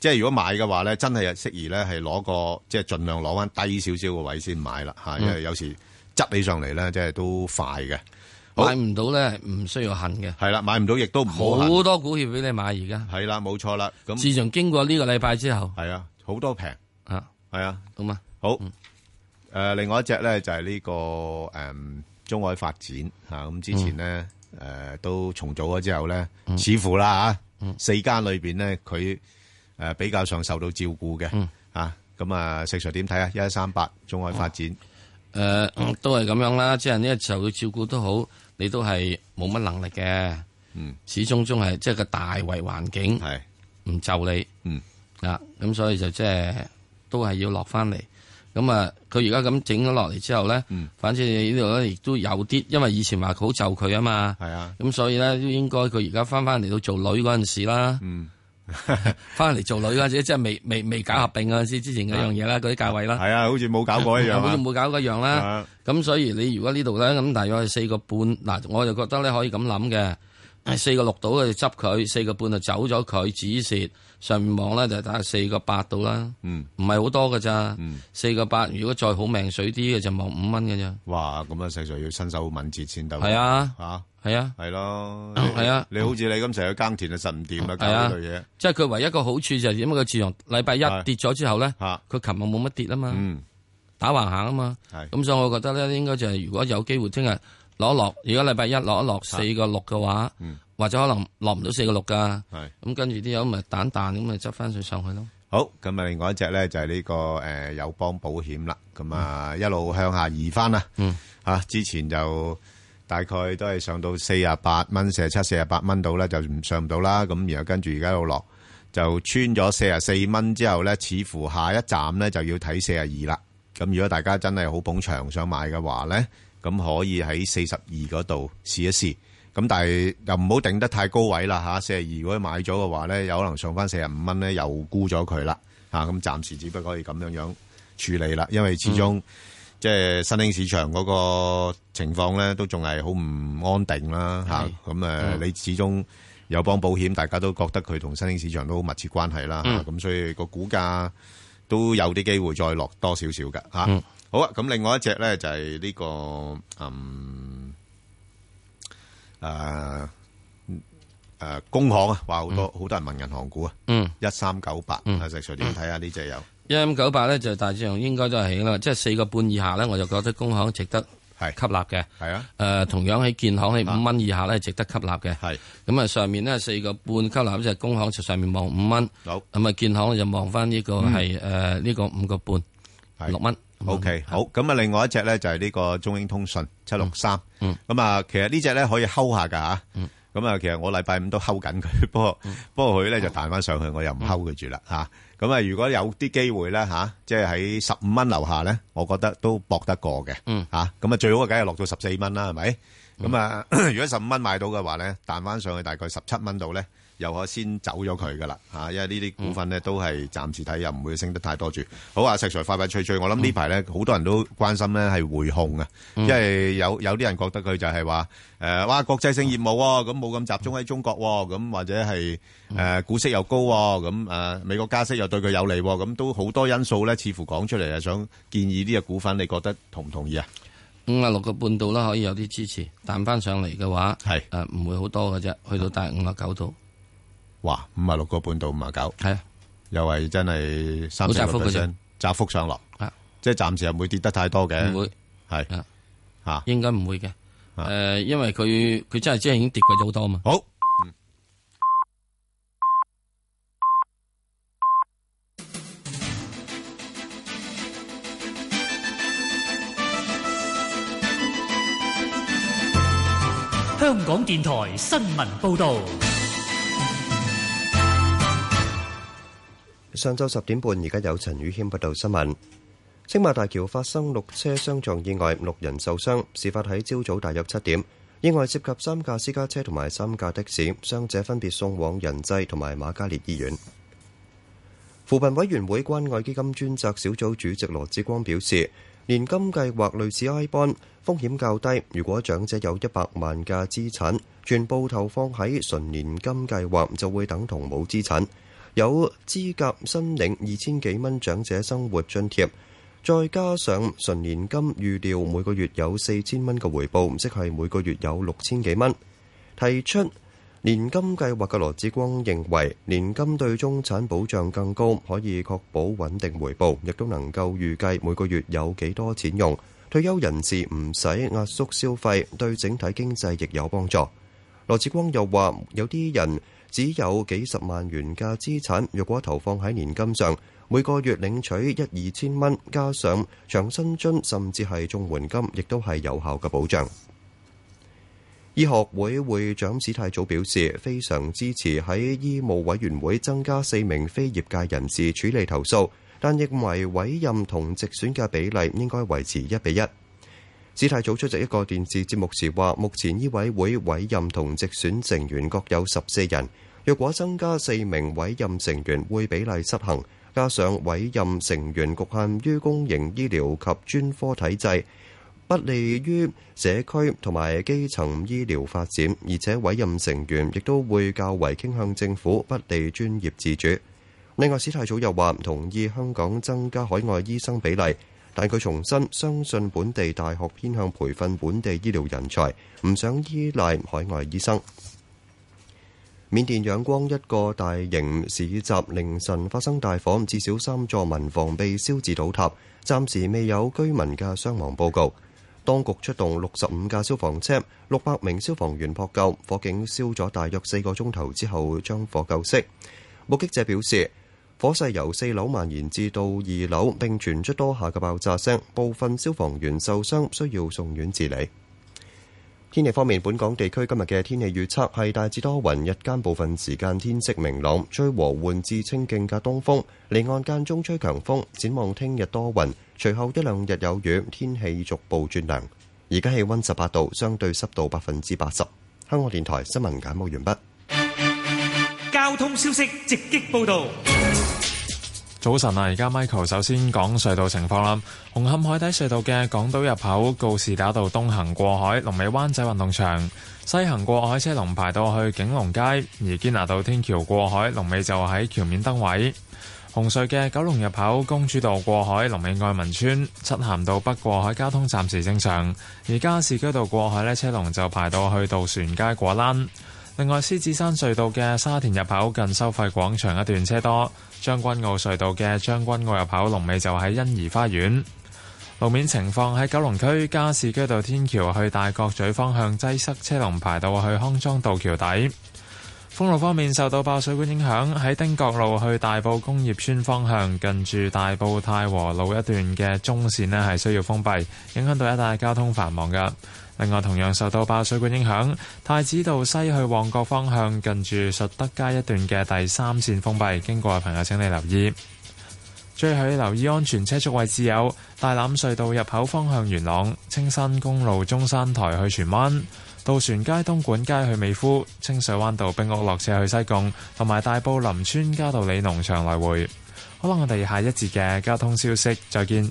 即係如果買嘅話咧，真係適宜咧係攞個即係盡量攞翻低少少嘅位先買啦嚇，因為
嗯
有時執起上嚟咧，即係都快嘅。
買唔到咧唔需要恨嘅，
係啦，買唔到亦都唔好恨
好多股票俾你買而家，
係啦，冇錯啦。咁
自從經過呢個禮拜之後，
係啊，好多平
啊，
係啊，
咁啊，
好。誒，另外一隻咧就係呢個誒中海發展嚇，咁之前咧
嗯
誒都重組咗之後咧，似乎啦嚇四間裏邊咧佢誒比較上受到照顧
嗯
嘅嚇，咁啊石 Sir 點睇啊？一一三八中海發展
誒呃嗯都係咁樣啦，即係呢受到照顧都好，你都係冇乜能力嘅，
嗯，
始終中係即係個大圍環境
係
唔就你，
嗯
啊，咁所以就即係都係要落翻嚟。咁啊，佢而家咁整咗落嚟之後咧，
嗯
反正呢度咧亦都有啲，因為以前話好就佢啊嘛，
係啊，
咁所以咧都應該佢而家翻翻嚟到做女嗰陣時啦， (laughs)
嗯，
翻嚟做女嗰陣時，即係未未未搞合併嗰陣時之前嗰樣嘢啦，嗰啲價位啦，
係啊，好似冇搞過一樣啊
好似冇搞過一樣啦
啊。
咁所以你如果呢度咧，咁大約係四個半，嗱，我就覺得咧可以咁諗嘅，四個六度就執佢，四個半就走咗佢止蝕，上面望咧就打四個八度啦，
嗯，
唔係好多噶咋，四個八如果再好命水啲嘅就望五蚊嘅咋，
哇，咁啊石 Sir 要身手敏捷先得喎，
係啊
嚇
係啊，
係咯，
係啊
你好似你咁成日去耕田就實唔掂啊，搞
係啊
呢類嘢。
即係佢唯一一個好處就係因為佢自從禮拜一跌咗之後咧，佢琴日冇乜跌啊嘛，打橫行啊嘛，
嗯係
咁所以我覺得咧應該就係如果有機會聽日攞一落，如果禮拜一攞一落四個六嘅話，
嗯
或者可能落唔到四個六噶，咁跟住啲友咪蛋蛋咁咪執翻佢上去咯。
好，咁啊，另外一隻咧就係呢、個誒友邦保險啦，咁啊、一路向下移翻啦，
嗯，
啊之前就大概都係上到四啊八蚊、四啊七、四啊八蚊到啦，就唔上唔到啦，咁然後跟住而家又落，就穿咗四啊四蚊之後咧，似乎下一站咧就要睇四啊二啦，咁如果大家真係好捧場想買嘅話咧，咁可以喺四十二嗰度試一試。咁但係又唔好定得太高位啦嚇，四十二如果買咗嘅話咧，有可能上翻四十五蚊咧，又沽咗佢啦嚇。咁、暫時只不過可以咁樣樣處理啦，因為始終、即係新興市場嗰個情況咧，都仲係好唔安定啦嚇。咁誒、
嗯
你始終友邦保險，大家都覺得佢同新興市場都好密切關係啦嚇。
嗯
咁、所以個股價都有啲機會再落多少少嘅嚇。
嗯
好啊，咁另外一隻咧就係、呢、個嗯。诶诶，工行啊，話好多好多人問銀行股啊，
嗯，
一三九八啊，石 Sir 點睇啊？呢只有
一五九八咧就大致上應該都係起啦，即係四個半以下咧，我就覺得工行值得
吸
納嘅。
係啊，
誒同樣喺建行喺五蚊以下咧，值得吸納嘅。
係
咁啊，上面呢，四個半吸納就係工行就上面望五蚊，
好嗯
咁啊建行就望翻呢個係誒呢個五個半六蚊
OK，好。咁啊，另外一隻咧就係呢個中英通訊七六三。
嗯
咁啊，其實呢隻咧可以睺下㗎吓。咁啊，其實我禮拜五都睺緊佢， (laughs) 不過不過佢咧就彈翻上去，我又唔睺佢住啦吓。咁啊，如果有啲機會咧吓，即係喺十五蚊樓下咧，我覺得都搏得過嘅。
嗯
吓，咁啊最 (clears throat) 好梗係落到十四蚊啦，係咪？咁啊，如果十五蚊買到嘅話咧，彈翻上去大概十七蚊度咧，又可先走咗佢噶啦嚇，因為呢啲股份咧都係暫時睇又唔會升得太多住。好啊，石 Sir 快快脆脆，我諗呢排咧好多人都關心咧係匯控啊，因為有有啲人覺得佢就係話誒，哇國際性業務喎，咁冇咁集中喺中國喎，咁或者係誒股息又高喎，咁誒美國加息又對佢有利喎，咁都好多因素咧，似乎講出嚟係想建議呢個股份，你覺得同唔同意啊？
五啊六個半度啦，可以有啲支持，彈翻上嚟嘅話，
係
誒唔會好多嘅啫，去到大五啊九度，
哇，五啊六個半到五啊九，
係啊，
又係真係三
好
四
窄
個
幅嘅啫
percent 窄幅上落，
啊，
即係暫時又唔會跌得太多嘅，
唔會
係啊，
應該唔會嘅。誒，因為佢佢真係真係已經跌過咗好多嘛。
好，
香港電台新聞報導，
上晝十點半，而家有陳宇軒報道新聞。青馬大橋發生六車相撞意外，六人受傷。事發喺朝早大約七點，意外涉及三架私家車同埋三架的士，傷者分別送往仁濟同埋瑪嘉烈醫院。扶貧委員會關愛基金專責小組主席羅志光表示，年金計劃類似 iBond，風險較低。如果長者有一百萬嘅資產，全部投放喺純年金計劃，就會等同冇資產。有資格申領二千幾蚊長者生活津貼，再加上純年金預料每個月有四千蚊嘅回報，即係每個月有六千幾蚊。提出年金計劃嘅羅志光認為，年金對中產保障更高，可以確保穩定回報，亦都能夠預計每個月有幾多錢用。退休人士唔使壓縮消費，對整體經濟亦有幫助。羅志光又話：有啲人只有幾十萬元嘅資產，若果投放喺年金上，每個月領取一二千蚊，加上長生津甚至係綜援金，亦都係有效嘅保障。醫學會會長史太祖表示，非常支持喺醫務委員會增加四名非業界人士處理投訴，但認為委任同直選嘅比例應該維持一比一。史太祖出席一個電視節目時話，目前醫委會委任同直選成員各有十四人，若果增加四名委任成員，會比例失衡。加上委任成員局限於公營醫療及專科體制，不利於社區同埋基層醫療發展，而且委任成員亦都會較為傾向政府，不利專業自主。另外，史太祖又話同意香港增加海外醫生比例，但佢重申相信本地大學偏向培訓本地醫療人才，唔想依賴海外醫生。緬甸仰光一個大型市集凌晨發生大火，至少三座民房被燒至倒塌，暫時未有居民嘅傷亡報告。當局出動六十五架消防車、六百名消防員撲救，火警燒咗大約四個鐘頭之後將火救熄。目擊者表示，火勢由四樓蔓延至到二樓，並傳出多下嘅爆炸聲，部分消防員受傷，需要送院治理。天氣方面，本港地區今日嘅天氣預測係大致多雲，日間部分時間天色明朗，吹和緩至清勁嘅東風，離岸間中吹強風。展望聽日多雲，隨後一兩日有雨，天氣逐步轉涼。而家氣温十八度，相對濕度百分之八十。香港電台新聞簡報完畢。
交通消息直擊報導，
早晨啊！而家 Michael 首先講隧道情況啦。紅磡海底隧道嘅港島入口告士打道東行過海，龍尾灣仔運動場；西行過海車龍排到去景隆街，而堅拿道天橋過海龍尾就喺橋面燈位。紅隧嘅九龍入口公主道過海，龍尾愛民村；漆咸道北過海交通暫時正常。而加士居道過海呢，車龍就排到去渡船街果欄。另外，獅子山隧道嘅沙田入口近收費廣場一段車多；將軍澳隧道嘅將軍澳入口龍尾就喺欣怡花園。路面情況喺九龍區加士居道天橋去大角咀方向擠塞，車龍排到去康莊道橋底。封路方面，受到爆水管影響，喺丁角路去大埔工業村方向，近住大埔太和路一段嘅中線呢係需要封閉，影響到一帶交通繁忙㗎。另外，同樣受到爆水管影響，太子道西去旺角方向，近住順德街一段嘅第三線封閉，經過嘅朋友請你留意。最後要留意安全車速位置有大欖隧道入口方向元朗、青山公路中山台去荃灣、渡船街東莞街去美孚、清水灣道冰屋落車去西貢，同埋大埔林村嘉道理農場來回。好啦，我哋下一節嘅交通消息再見。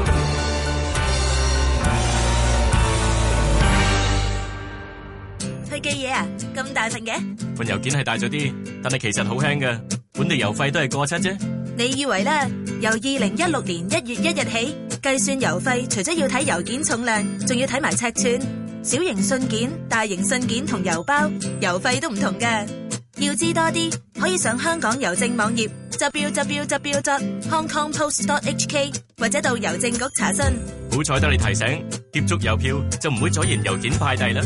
去寄嘢啊？咁大份嘅？
份郵件係大咗啲，但係其實好輕㗎，本地郵費都係過七啫。
你以為呢？由二零一六年一月一日起，計算郵費，除咗要睇郵件重量，仲要睇埋尺寸。小型信件、大型信件同郵包郵費都唔同嘅。要知多啲，可以上香港郵政網頁 www.hongkongpost.hk 或者到郵政局查詢。
好彩得你提醒，接觸郵票就唔會阻延郵件派遞啦。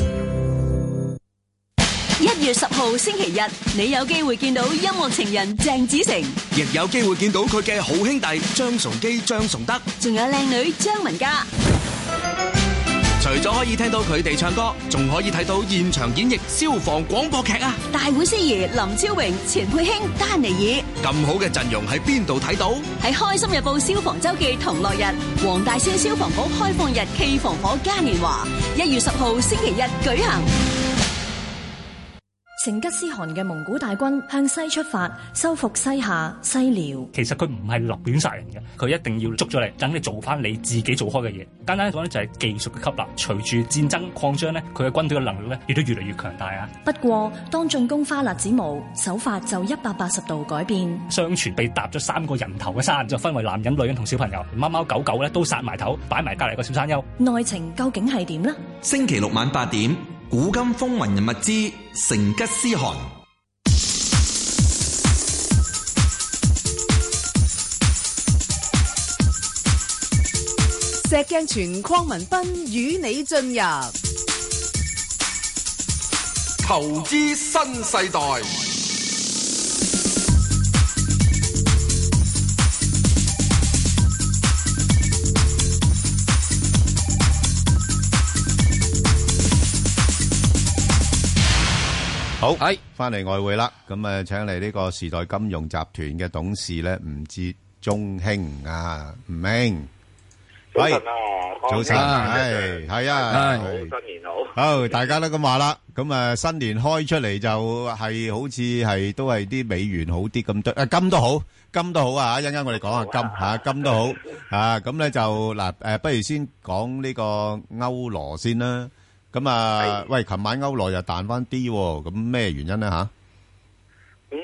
一月十號星期日，你有機會見到音樂情人鄭子誠，
亦有機會見到佢嘅好兄弟張崇基、張崇德，
仲有靚女張文嘉。
除咗可以聽到佢哋唱歌，仲可以睇到現場演繹消防廣播劇啊！
大會司儀林超榮、錢佩卿、丹尼
爾，咁好嘅陣容喺邊度睇到？
喺《開心日報》消防周記同樂日、黃大仙消防局開放日暨防火嘉年華，一月十號星期日舉行。
成吉思汗嘅蒙古大軍向西出發，收復西夏、西遼。
其實佢唔係立亂殺人嘅，佢一定要捉咗你，等你做翻你自己做開嘅嘢。簡單嚟講咧，就係技術嘅吸納。隨住戰爭擴張咧，佢嘅軍隊嘅能力咧，亦都越嚟越強大啊！
不過，當進攻花剌子模，手法就一百八十度改變。
相傳被搭咗三個人頭嘅山，就分為男人、女人同小朋友，貓貓狗狗咧都殺埋頭，擺埋隔離個小山丘。
內情究竟係點呢？
星期六晚八點。古今風雲人物之成吉思汗。
石鏡泉鄺民彬與你進入
投資新世代。
好，係翻嚟外匯啦，咁啊，請嚟呢個時代金融集團嘅董事咧，吳捷鐘兄啊，吳兄，
早晨啊，
早晨，係係啊，
好新年好，
好大家都咁話啦，咁啊新年開出嚟就係好似係都係啲美元好啲咁多，啊金都好，金都好啊，一陣間我哋講下金吓，金都好啊，咁咧就嗱誒，不如先講呢個歐羅先啦。咁啊，喂！琴晚歐羅又彈翻啲喎，咁咩原因咧吓，
咁誒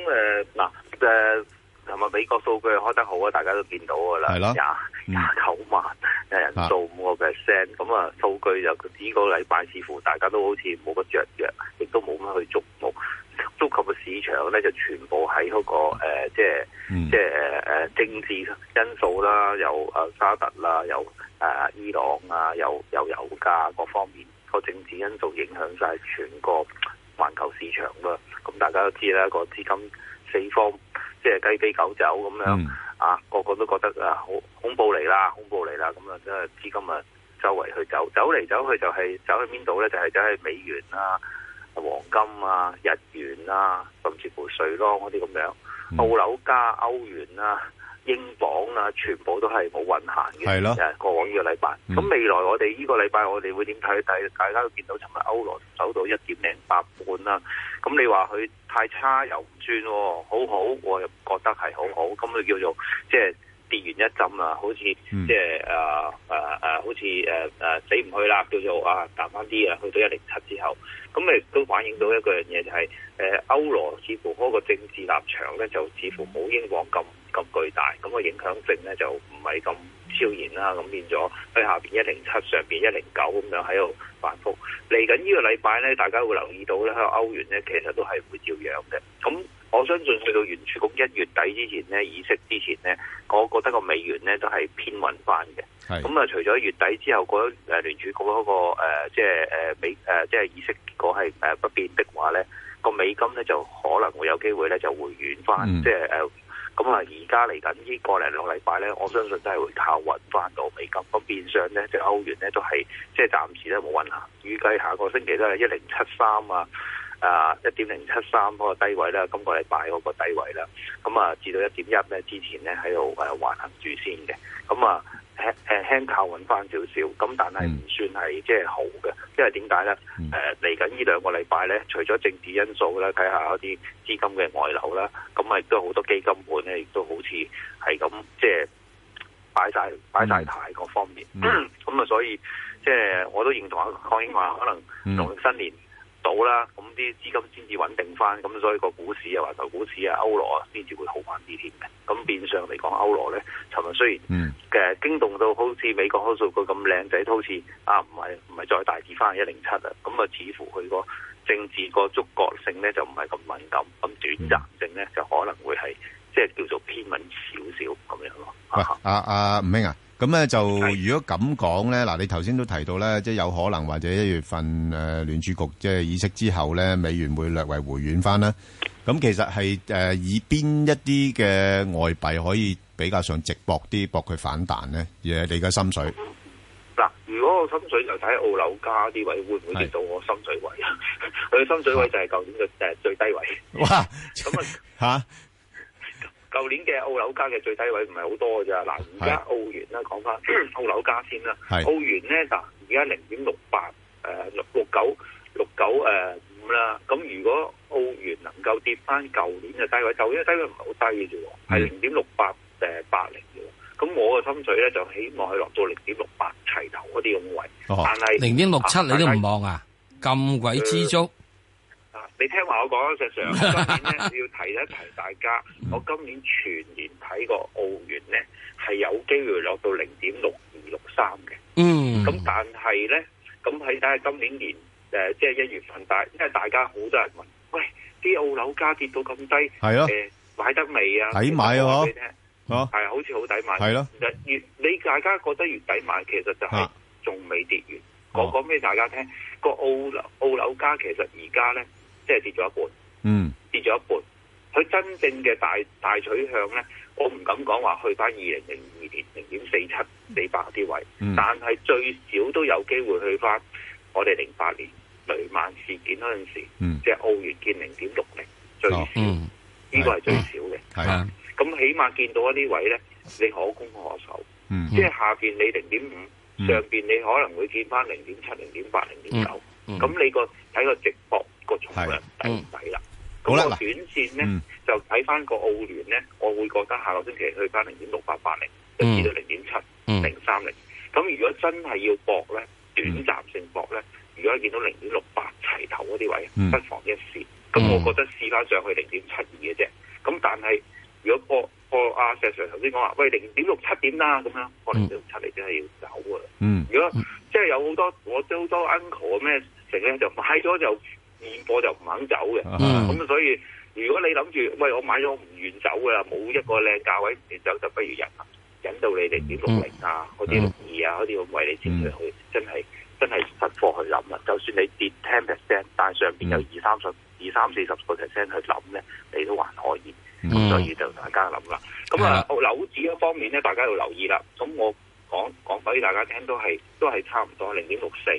嗱誒，琴日美國數據開得好啊，大家都見到噶啦，廿廿九萬呃人數五個 percent，咁啊數據就呢個禮拜似乎大家都好似冇乜雀躍，亦都冇乜去觸目。觸及嘅市場咧，就全部喺嗰、那個、呃、即係、嗯、即係誒誒政治因素啦，又誒沙特啦，又誒、呃、伊朗啊，又又油價各方面。個政治因素影響晒全個環球市場啦，咁大家都知啦，個資金四方即係雞飛狗走咁樣、嗯、啊，個個都覺得啊，好恐怖嚟啦，恐怖嚟啦，咁啊，即係資金啊周圍去走，走嚟走去就係、是、走去邊度咧？就係、是、走去美元啊、黃金啊、日元啊，甚至乎瑞郎嗰啲咁樣，
嗯
澳紐加、歐元啊。英鎊啊，全部都係冇運行嘅。，
係咯
過往呢個禮拜，咁、嗯、未來我哋呢個禮拜我哋會點睇？大大家都見到尋日歐羅走到一點零八半啦。咁你話佢太差又唔算喎、哦，好好我又覺得係好好。咁佢叫做即係跌完一針啦，好似
嗯
即係誒誒啊誒，好似誒誒死唔去啦，叫做啊彈翻啲啊，去到一零七之後，咁亦都反映到一個樣嘢就係、是、誒、呃、歐羅似乎嗰個政治立場咧，就似乎冇英鎊咁。咁巨大，咁個影響性咧就唔係咁似超然啦，咁變咗喺下邊一零七，上邊一零九咁樣喺度反覆。嚟緊呢個禮拜咧，大家會留意到咧，歐元咧其實都係會照樣嘅。咁我相信去到聯儲局一月底之前咧，議息之前咧，我覺得個美元咧都係偏穩翻嘅。咁啊，除咗月底之後嗰誒聯儲局嗰、個、呃、即係誒、呃、美誒、呃、即係議息結果係誒不變的話咧，個美金咧就可能會有機會咧就回軟翻，
嗯
即係誒。呃咁啊，而家嚟緊呢個零兩個禮拜咧，我相信都係會靠穩翻到美金。咁變相咧，即係歐元咧都係即係暫時咧冇運行。預計下個星期都係一零七三啊，啊一點零七三嗰個低位啦，今個禮拜嗰個低位啦。咁啊，至到一點一咧之前咧喺度誒橫行住先嘅。咁啊。輕誒輕靠穩翻少少，咁但係唔算係即係好嘅，因為點解咧？誒嚟緊呢兩個禮拜咧，除咗政治因素啦，睇下嗰啲資金嘅外流啦，咁啊亦都好多基金盤咧，亦都好似係咁即係擺晒擺晒態各方面， (clears throat) 咁啊、所以即係我都認同阿邝英話，可能農曆新年。到啦，咁啲資金先至穩定翻，咁所以個股市啊、環球股市啊、歐羅啊，先至會好翻啲添嘅。咁變相嚟講，歐羅咧，尋日雖然嘅驚動到好似美國嗰數據咁靚仔，都好似啊唔係唔係再大跌翻一零七啊，咁啊似乎佢個政治個觸覺性咧就唔係咁敏感，咁短暫性咧就可能會係即係叫做偏敏少少咁樣咯。
喂，阿阿吳兄啊，咁咧就如果咁講咧，嗱，你頭先都提到咧，即係有可能或者一月份誒聯儲局即係議息之後咧，美元會略為回軟翻啦。咁其實係誒以邊一啲嘅外幣可以比較上直博啲，博佢反彈咧？而係你嘅心水
嗱，如果個心水就睇澳樓價啲位，會唔會跌到我心水位啊？ (laughs) 佢心水位就係舊年嘅誒最低位。
哇！
咁
(laughs)
啊，
嚇，
舊年嘅澳樓價嘅最低位唔係好多㗎咋。嗱，而家澳元啦，講翻 (coughs) 澳樓價先啦。
係
澳元咧，嗱，而家零點六八誒六六九六九誒五啦。咁如果澳元能夠跌翻舊年嘅低位，舊年嘅低位唔係好低嘅啫喎。係零點六八誒八零嘅喎。咁我嘅心水咧就希望佢落到零點六八齊頭嗰啲咁嘅位，
哦
但係
零點六七
啊
你都唔望啊？咁鬼知足，
啊你聽話我講啊，石 Sir，我今年咧要提一提大家，我今年全年睇個澳元咧係有機會落到零點六二六三嘅。
嗯，
咁但係咧，咁喺睇下今年年誒、呃即係一月份大，因為大家好多人問，喂，啲澳樓價跌到咁低，
係咯
誒買得未啊？
抵買啊
我話俾你聽
哦
係啊好似好抵買，
係咯
其實越你大家覺得越抵買，其實就係仲未跌完。
哦
我講俾大家聽，個澳樓澳樓價其實而家咧，即係跌咗一半，
嗯，
跌咗一半。佢真正嘅大大取向咧，我唔敢講話去翻二零零二年零點四七四八啲位，
嗯
但係最少都有機會去翻我哋零八年雷曼事件嗰陣時，
嗯
即係澳元見零點六零，最少
嗯，
呢個係最少嘅。
係啊，
咁起碼見到一啲位咧，你可攻可守。
嗯
即係下邊你零點五，
嗯
上邊你可能會見翻零點七、零點八、零點九。
嗯嗯
咁你個睇個直播個重
Dạ.
量抵唔抵啦？咁個短線咧就睇翻個澳聯咧，我會覺得下個星期去翻零點六八八零，就至到零點七、
嗯
零三零。咁如果真係要搏咧，短暫性搏咧，如果見到零點六八齊頭嗰啲位，
嗯
不妨一試。咁我覺得試翻上去零點七二嘅啫。咁但係如果個個阿石 Sir 頭先講話，喂零點六七點啦咁樣，我零點六七你真係要走啊！
嗯，
如果即係有好多我都好多 uncle 咩成咧，就買咗就現貨就唔肯走嘅。
嗯
咁、所以如果你諗住喂我買咗我唔願走噶啦，冇一個靚價位唔願走，就不如忍啦忍到你零點六零啊，嗰啲六二啊，嗰啲咁位你先至去，真係真係實貨去諗啦。就算你跌 ten percent，但係上邊有二三十、二三四十個 percent 去諗咧，你都還可以。咁、所以就大家諗啦。咁啊，樓指嗰方面咧，大家要留意啦。咁我講講俾大家聽都係都係差唔多零點六四，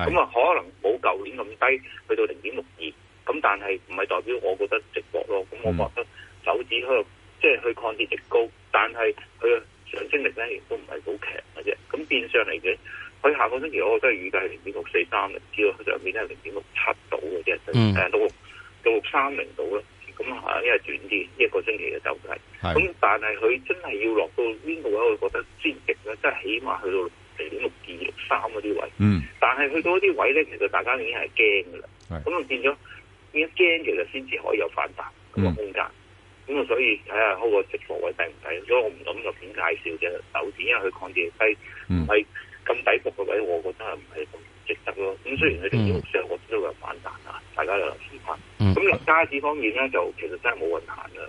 係
咁啊可能冇舊年咁低，去到零點六二，咁但係唔係代表我覺得直落咯。咁我覺得手指喺度即係佢抗跌力高，但係佢嘅上升力咧亦都唔係好強嘅啫。咁變相嚟嘅，佢下個星期我都係預計係零點六四三零，至到上面咧係零點六七度嘅啫，
嗯
誒呃六六六六三零度啦。咁啊，因為短啲一個星期嘅走勢，
係
咁但係佢真係要落到邊個位，我覺得先值咧，即係起碼去到零點六二、六三嗰啲位。
嗯，
但係去到嗰啲位咧，其實大家已經係驚㗎啦。
係
咁啊變咗變咗驚，其實先至可以有反彈咁嘅空間。咁啊，所以睇下開個直貨位抵唔抵。所以我唔敢入片介紹嘅手指，因為佢抗跌低，唔係咁抵伏嘅位，我覺得係唔係咁值得咯。咁雖然佢哋呢上我知道有反彈啊，大家有留意翻。
嗯
咁樓價市方面咧，就其實真係冇運行啦。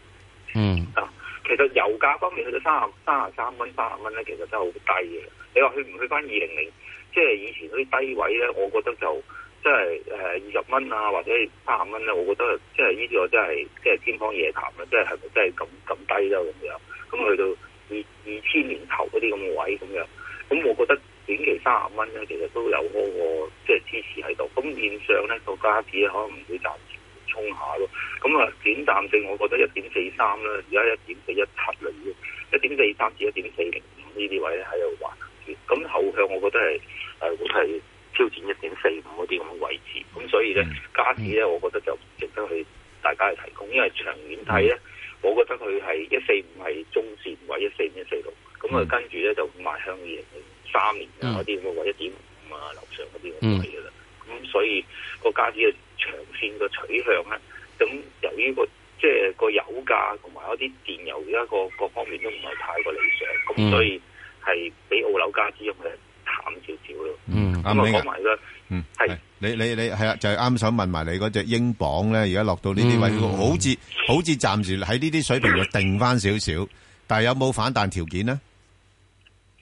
嗯
啊，其實油價方面去到三十三十三蚊、三十蚊咧，其實真係好低嘅。你話去唔去翻二零零，即係以前嗰啲低位咧，我覺得就即係誒二十蚊啊，或者三十蚊咧，我覺得即係呢個真係即係天方夜譚啦，即係係咪真係咁咁低咯咁樣？咁去到二二千年頭嗰啲咁嘅位咁樣，咁我覺得短期三十蚊咧，其實都有嗰個即係支持喺度。咁面上咧個價指可能唔會暫時衝下咯。咁啊，短暫性我覺得一點四三啦，而家一點四一七啦，已經一點四三至一點四零五呢啲位咧喺度橫行住。咁後向我覺得係誒會係挑戰一點四五嗰啲咁嘅位置。咁所以咧，加指咧，我覺得就唔值得去大家去提供，因為長遠睇咧，我覺得佢係一四五係中線位，一四五一四六。咁
嗯
啊，跟住咧就邁向二零零三年啊嗰啲咁嘅位，一點五啊樓上嗰啲咁嘅位㗎啦。咁所以個加指嘅長線嘅取向咧。咁由於個即係個油價同埋嗰啲電油而家個各方面都唔係太過理想，咁、
嗯
所以係比澳樓價之用嘅淡少少咯。
嗯啱
咁啊
你嘅
講埋啦，
嗯，
係
你你你係啊，就係啱想問埋你嗰只英鎊咧，而家落到呢啲位，
嗯
好似好似暫時喺呢啲水平度定翻少少，但係有冇反彈條件呢？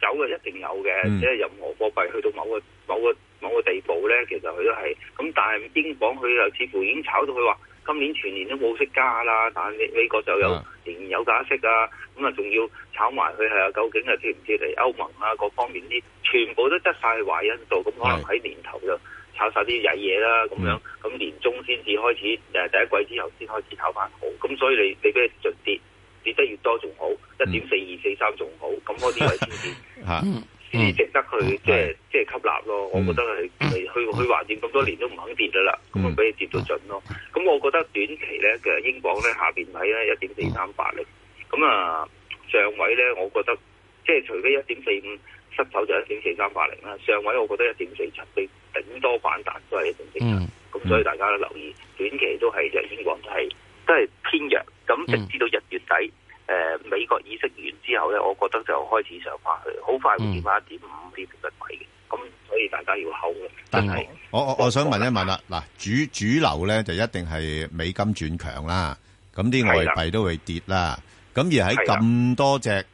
有嘅一定有嘅，
嗯
即係任何貨幣去到某個某個某個地步咧，其實佢都係咁，但係英鎊佢又似乎已經炒到佢話今年全年都冇息加啦，但係美美國就有仍然有加息啊，咁啊仲要炒埋佢係啊究竟係脱唔脱離歐盟啊各方面啲，全部都得晒壞因素，咁可能喺年頭就炒晒啲曳嘢啦，咁樣咁年中先至開始誒第一季之後先開始炒翻好，咁所以你你俾佢盡跌。跌得越多仲好，一點四二四三仲好，咁嗰啲位先至
吓，嗯
先值得去即係即係吸納咯。我覺得係係去去橫掂咁多年都唔肯跌噶啦，咁啊俾你跌到盡咯。咁我覺得短期咧嘅英鎊咧下邊位咧一點四三八零，咁啊上位咧我覺得即係除非一點四五失手就一點四三八零啦，上位我覺得一點四七，你頂多反彈都係一點四七。
嗯
咁所以大家都留意，短期都係即係英鎊都係都係偏弱，咁直至到日月底，誒、呃美國議息完之後咧，我覺得就開始上翻去，好快會見翻一點五呢啲位嘅，咁所以大家要厚啦，
但
真係
係我我我想問一問啦，嗱，主主流咧就一定係美金轉強啦，咁啲外
係啦
幣都會跌啦。咁而喺
係啦
咁多隻誒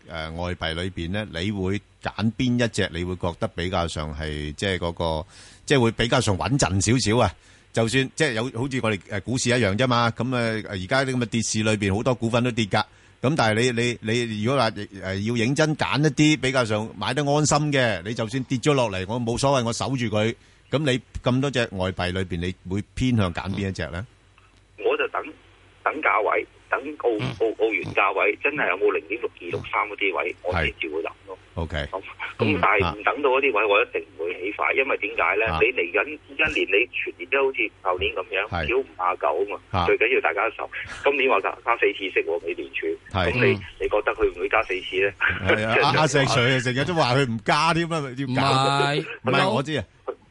外幣裏邊咧，你會揀邊一隻？你會覺得比較上係即係嗰個，即係會比較上穩陣少少啊？就算即係有好似我哋誒股市一樣啫嘛。咁誒而家啲咁嘅跌市裏邊，好多股份都跌㗎。咁但係你你你如果話誒要認真揀一啲比較上買得安心嘅，你就算跌咗落嚟，我冇所謂，我守住佢。咁你咁多隻外幣裏邊，你會偏向揀邊一隻咧？
嗯我就等等價位，等澳澳澳元價位，真係有冇零點六二六三嗰啲位，我先至會諗咯。
OK，
咁咁但係唔等到嗰啲位，我一定唔會起快，因為點解咧？
啊
你嚟緊一年，你全年都好似舊年咁樣，
係
少唔怕九啊
啊
嘛，最緊要大家受。今年話加加四次息喎，美聯儲，
係嗯
咁你你覺得佢唔會加四次咧？
係
(laughs)
啊，阿阿石 Sir 成日都話佢唔加添啊，要
唔
搞
係
唔係我知啊，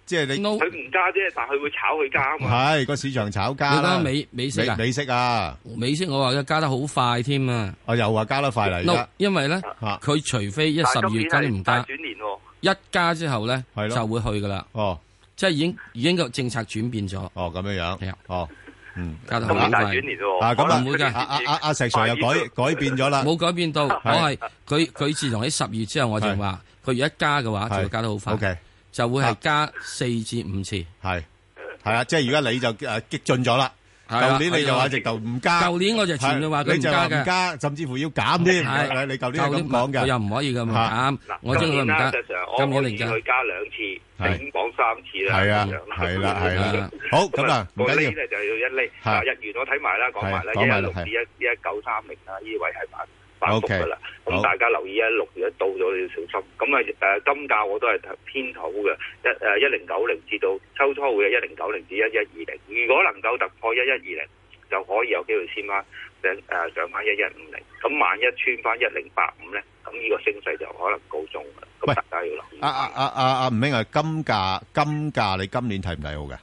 即係你
佢唔加啫，但係佢會炒佢加啊嘛。
係個市場炒家
你
啦，
講美美息啊
美息啊，
美息我話加得好快添啊！
我又話加得快啦，啊而
No，
家
因為咧，佢除非一十
但係
二
今
月間
年
唔
係大
加，
轉年喎。
一加之後咧
係咯
就會去噶啦。
哦，
即係已經已經個政策轉變咗。
哦，咁樣樣。
係啊。
哦，嗯，
加得好
今年大
快。
轉年喎
啊咁啊
唔會㗎。
阿阿阿石 Sir 又改改變咗啦，
冇改變到，我係佢佢自從喺十月之後，我就
係
話佢如果一加嘅話，就
係
會加得好快。
OK
就會係加四至五次。
係係啊，即係而家你就誒激進咗啦。
係
舊
啦
年你就話直頭唔加，
舊年我就傳佢話佢
係
唔
你就
加
話
嘅
唔加，甚至乎要減添。
係
你舊年係
舊
咁
年
講嘅，
我又唔可以咁減
嗱，
我將佢
今
唔
年啦
加
石 Sir，我，
今年
我
零加
建
(laughs)
議。佢加兩次，
係
頂講三次啦。
係啊
咁樣，啦
係啦，係啦。好，咁啊，唔
個
緊
呢
要。
咧就要一厘，
係
嗱日元我睇埋啦，講埋
係
啦，一
講埋
一
啦
六
係
至一一九三零啦，呢位係反反覆
OK，
噶啦。
好
咁大家留意一啊六月一到咗你要小心。咁啊誒金價我都係偏好嘅，一誒一零九零至到秋初會一零九零至一一二零。如果能夠突破一一二零，就可以有機會先翻上誒上翻一一五零。咁萬一穿翻一零八五咧，咁呢個升勢就可能告終啦。咁大家要留意。
啊啊啊啊啊！吳兄啊，金價金價你今年睇唔睇好嘅？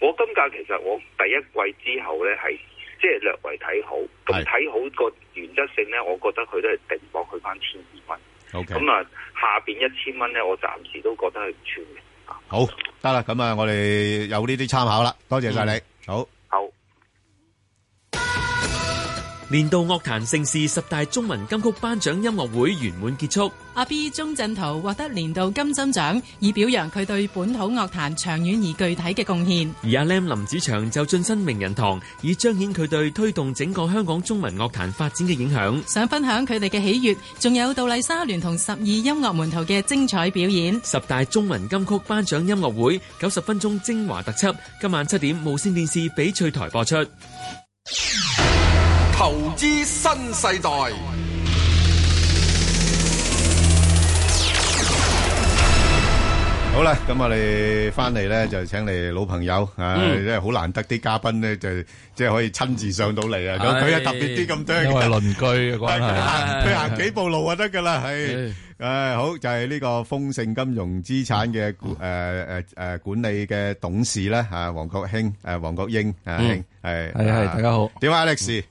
我金價其實我第一季之後咧係即係略為睇好。咁睇好個原則性咧，我覺得佢都係定博去翻千二蚊。
OK，
咁啊，下邊一千蚊咧，我暫時都覺得係唔穿嘅。
好得啦，咁啊，我哋有呢啲參考啦，多謝晒你，好。
年度樂壇盛事十大中文金曲頒獎音樂會圓滿結束。
阿 B 鍾鎮濤獲得年度金針獎，以表揚佢對本土樂壇長遠而具體嘅貢獻。
而阿 Lam 林子祥就晉身名人堂，以彰顯佢對推動整個香港中文樂壇發展嘅影響。
想分享佢哋嘅喜悅，仲有杜麗莎聯同十二音樂門徒嘅精彩表演。
十大中文金曲頒獎音樂會九十分鐘精華特輯，今晚七點無線電視翡翠台播出。
投資新世代，
好啦，咁我哋翻嚟咧就請嚟老朋友，唉，真係好難得啲嘉賓咧就即係可以親自上到嚟啊！咁佢啊特別啲咁多，
因為鄰居嘅關係，
(laughs) 佢行幾步路啊得㗎
(laughs)
啦，係誒好就係呢個豐盛金融資產嘅誒誒誒管理嘅董事咧嚇，黃國興誒黃國英啊興係
係係，大家好，
點啊 Alex？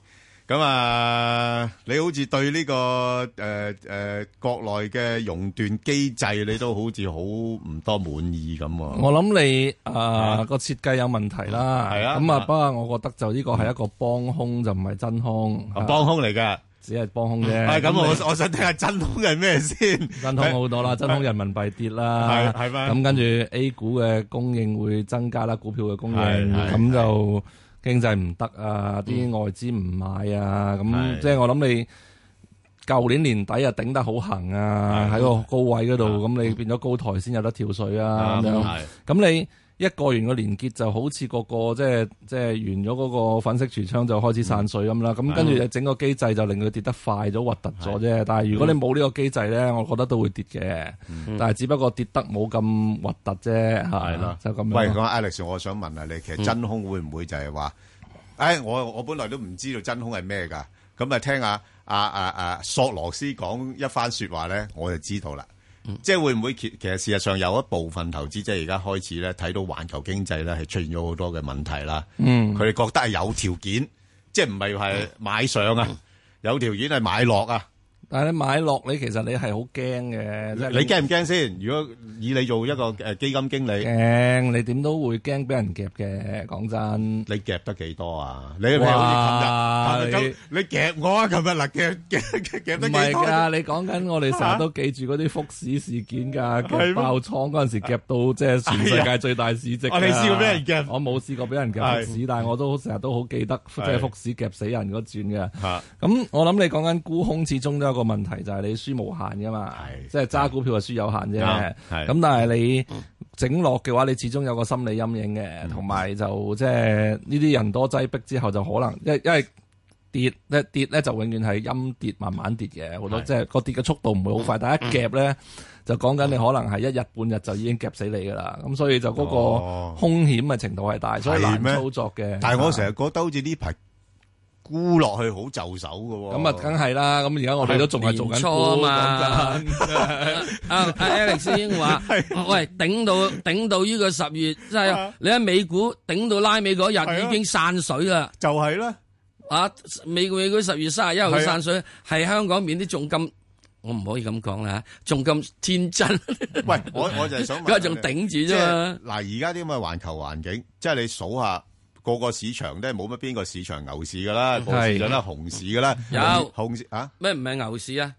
咁啊，你好似對呢個誒誒國內嘅熔斷機制，你都好似好唔多滿意咁喎。
我諗你誒個設計有問題啦，
啊係啊
咁啊，
啊
不過我覺得就呢個係一個幫兇，就唔係真兇。
啊幫兇嚟㗎，嗯
只係幫兇啫。
係咁，
你
我我想聽下真空係咩先？
真空好
(laughs)
多啦，真空人民幣跌啦，
係係咩
咁跟住 A 股嘅供應會增加啦，股票嘅供應
係係
咁就經濟唔得啊，啲外資唔買啊，
係
咁即係我諗你。舊年年底啊，頂得好行啊，喺個高位嗰度，咁你變咗高台先有得跳水啊，
啱
咁樣
係。
咁你一過完個連結，就好似個個即係即係完咗嗰個粉飾櫥窗就開始散水咁啦。咁跟住整個機制就令佢跌得快咗、核突咗啫。但係如果你冇呢個機制咧，我覺得都會跌嘅，但係只不過跌得冇咁核突啫，係
啦
就咁樣。
喂，咁啊 Alex，我想問下你，其實真空會唔會就係話，誒，我我本來都唔知道真空係咩㗎，咁啊聽下阿阿阿索羅斯講一番説話咧，我就知道啦。
嗯
即係會唔會其其實事實上有一部分投資者而家開始咧睇到環球經濟咧係出現咗好多嘅問題啦，
嗯
佢哋覺得係有條件，即係唔係係買上
嗯
啊，有條件係買落啊。
但係你買落你其實你係好驚嘅，即係
你驚唔驚先？如果以你做一個誒基金經理，
驚，你點都會驚俾人夾嘅。講真，
你夾得幾多啊？你係咪好似琴日，琴日咁你夾我啊！琴日嗱夾夾夾夾
唔
得
係
幾多？
㗎，你講緊我哋成日都記住嗰啲福士事件
(laughs)
㗎，
係咩
夾爆倉嗰陣時夾到即係全世
哎呀
界最大市值㗎。
我哋試過俾人
夾，我冇試過俾人夾
係
福士，但係我都成日都好記得即
係
係福士夾死人嗰轉嘅。
嚇
咁我諗你講緊沽空，始終都有一個問題，就係你輸無限㗎嘛，即係揸股票係輸有限
啱
啫。
係
咁但係你
嗯
整落嘅話，你始終有個心理陰影嘅，同埋就即係呢啲人多擠逼之後，就可能因因為。跌咧跌咧就永遠係陰跌慢慢跌嘅，好多
係
即係個跌嘅速度唔會好快，但係一夾
嗯
咧就講緊你可能係一日半日就已經夾死你噶啦，咁所以就嗰
哦
個風險嘅程度係大，所以
係
難
咩
操作嘅。
但係我
啊
成日覺得好似呢排沽落去好就手嘅喎。
咁啊，梗係啦，咁而家我哋都仲係做緊
年初啊嘛
股講真
啊阿 Alex 英
(laughs)
話：喂，頂到頂到呢個十月，即係你喺美股頂到拉尾嗰日已經散水啦。
就係啦，
啊，美美股十月三十一號
係啊
散水，係香港面啲重金。我唔可以咁講啦，重金天真。
(laughs) 喂，我我就係想問
佢仲頂住啫嘛。
嗱，而家啲咁嘅環球環境，即係你數下個個市場都係冇乜邊個市場牛市㗎啦，個個市場都係熊市㗎啦。
有
熊市啊？
咩唔係牛市啊？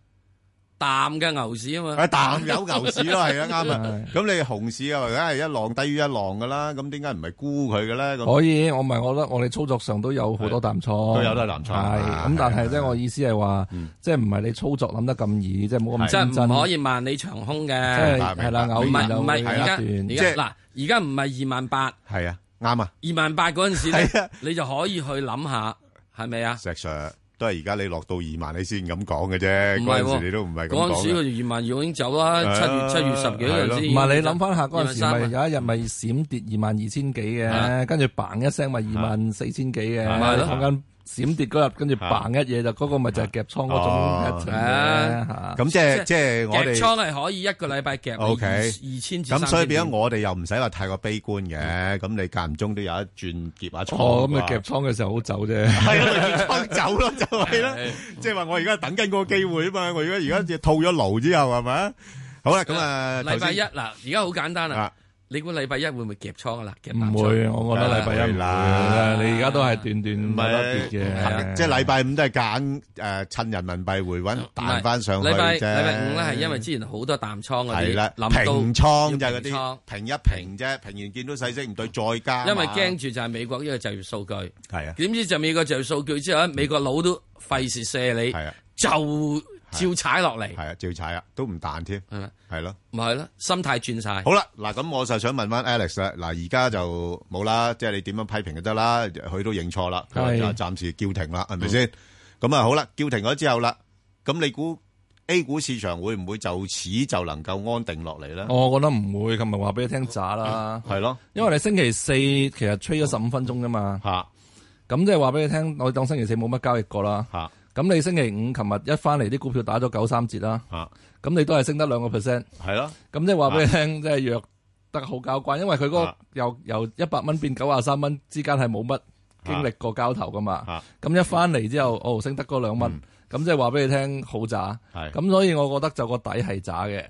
淡嘅牛市啊嘛。
啊，淡有牛市咯，係啊，啱
(laughs)
啊。咁你熊市啊，梗係一浪低於一浪㗎啦。咁點解唔係沽佢嘅咧？咁
可以，我咪我覺得我哋操作上都有好多淡倉，
都有得淡倉
係
啊
咁，但係咧，我意思係話，即係唔係你操作諗得咁易，即係冇咁
即係
天真
唔可以萬里長空嘅，
係係啦偶
唔
然
係
就
唔係
會
而家
有一段
而家嗱，而家唔係二萬八，
係啊，啱啊。
二萬八嗰陣時咧，你就可以去諗下，係咪啊？
石 Sir 都係而家你落到二萬，你先咁講嘅啫。
唔
嗰
係
陣時
喎
你都唔係咁
嗰陣
講
時
嘅。
佢二萬二已經走啦，
係
七
啊
月七月十幾嗰陣時已
唔
經走。
係你諗翻下嗰陣時，咪
23啊
有一日咪閃跌二萬二千幾
係啊
嘅，跟住嘭一聲咪二萬四千幾嘅，
係咯
講緊閃跌嗰日，跟住嘭一嘢就嗰個咪就係夾倉嗰
哦
種 pattern 嘅嚇
咁即係即係我
夾
哋
倉係可以一個禮拜夾
O K，
二千至
咁所以變
變
咗我哋又唔使話太過悲觀嘅，咁你間唔中都有一轉夾下倉。
哦，咁咪夾倉嘅時候好走啫。 (laughs)
倉走咯，就係啦，即係話我而家等緊嗰個機會啊嘛，我而家而家套咗爐之後係咪？好啦，咁啊，
禮拜一
頭先
嗱，而家好簡單啊
啊！
你估禮拜一會唔會夾倉啊？啦，夾淡倉
唔會，我覺得禮拜一唔會啦。
梗係會啦
你而家都係段段唔
唔係
係跌嘅，
即係禮拜五都係揀誒趁人民幣回穩彈翻上去
禮拜
啫。
禮拜五咧係因為之前好多淡倉嗰啲，
係啦，
臨到
平倉就
要
係嗰
平倉
啲平一平啫，平完見到細息唔對再加嘛。
因為驚住就係美國呢個就業數據，
係啊，
點知就美國就業數據之後，美國佬都費事射你，就照踩落嚟，
係啊，照踩啊，都唔彈添，係咯，
咪係咯，心態轉晒。
好啦，嗱咁我就想問翻 Alex 啦，嗱而家就冇啦，即係你點樣批評就得啦，佢都認錯啦，佢話
係
就暫時叫停啦，係咪先？咁啊好啦，叫停咗之後啦，咁你估 A 股市場會唔會就此就能夠安定落嚟咧？
哦我覺得唔會，琴日話俾你聽渣啦，
(coughs) 係咯，
因為你星期四其實吹咗十五分鐘啫嘛，
嚇，
咁即係話俾你聽，我當星期四冇乜交易過啦，
嚇，
咁你星期五琴日一翻嚟啲股票打咗九三折啦，
嚇，
咁你都係升得兩個 percent，
係咯，
咁即係話俾你聽，即係弱得好交關，因為佢嗰個由由一百蚊變九啊三蚊之間係冇乜經歷過交投噶嘛，咁一翻嚟之後，哦升得嗰兩蚊，咁即係話俾你聽好渣，咁所以我覺得就個底係渣嘅，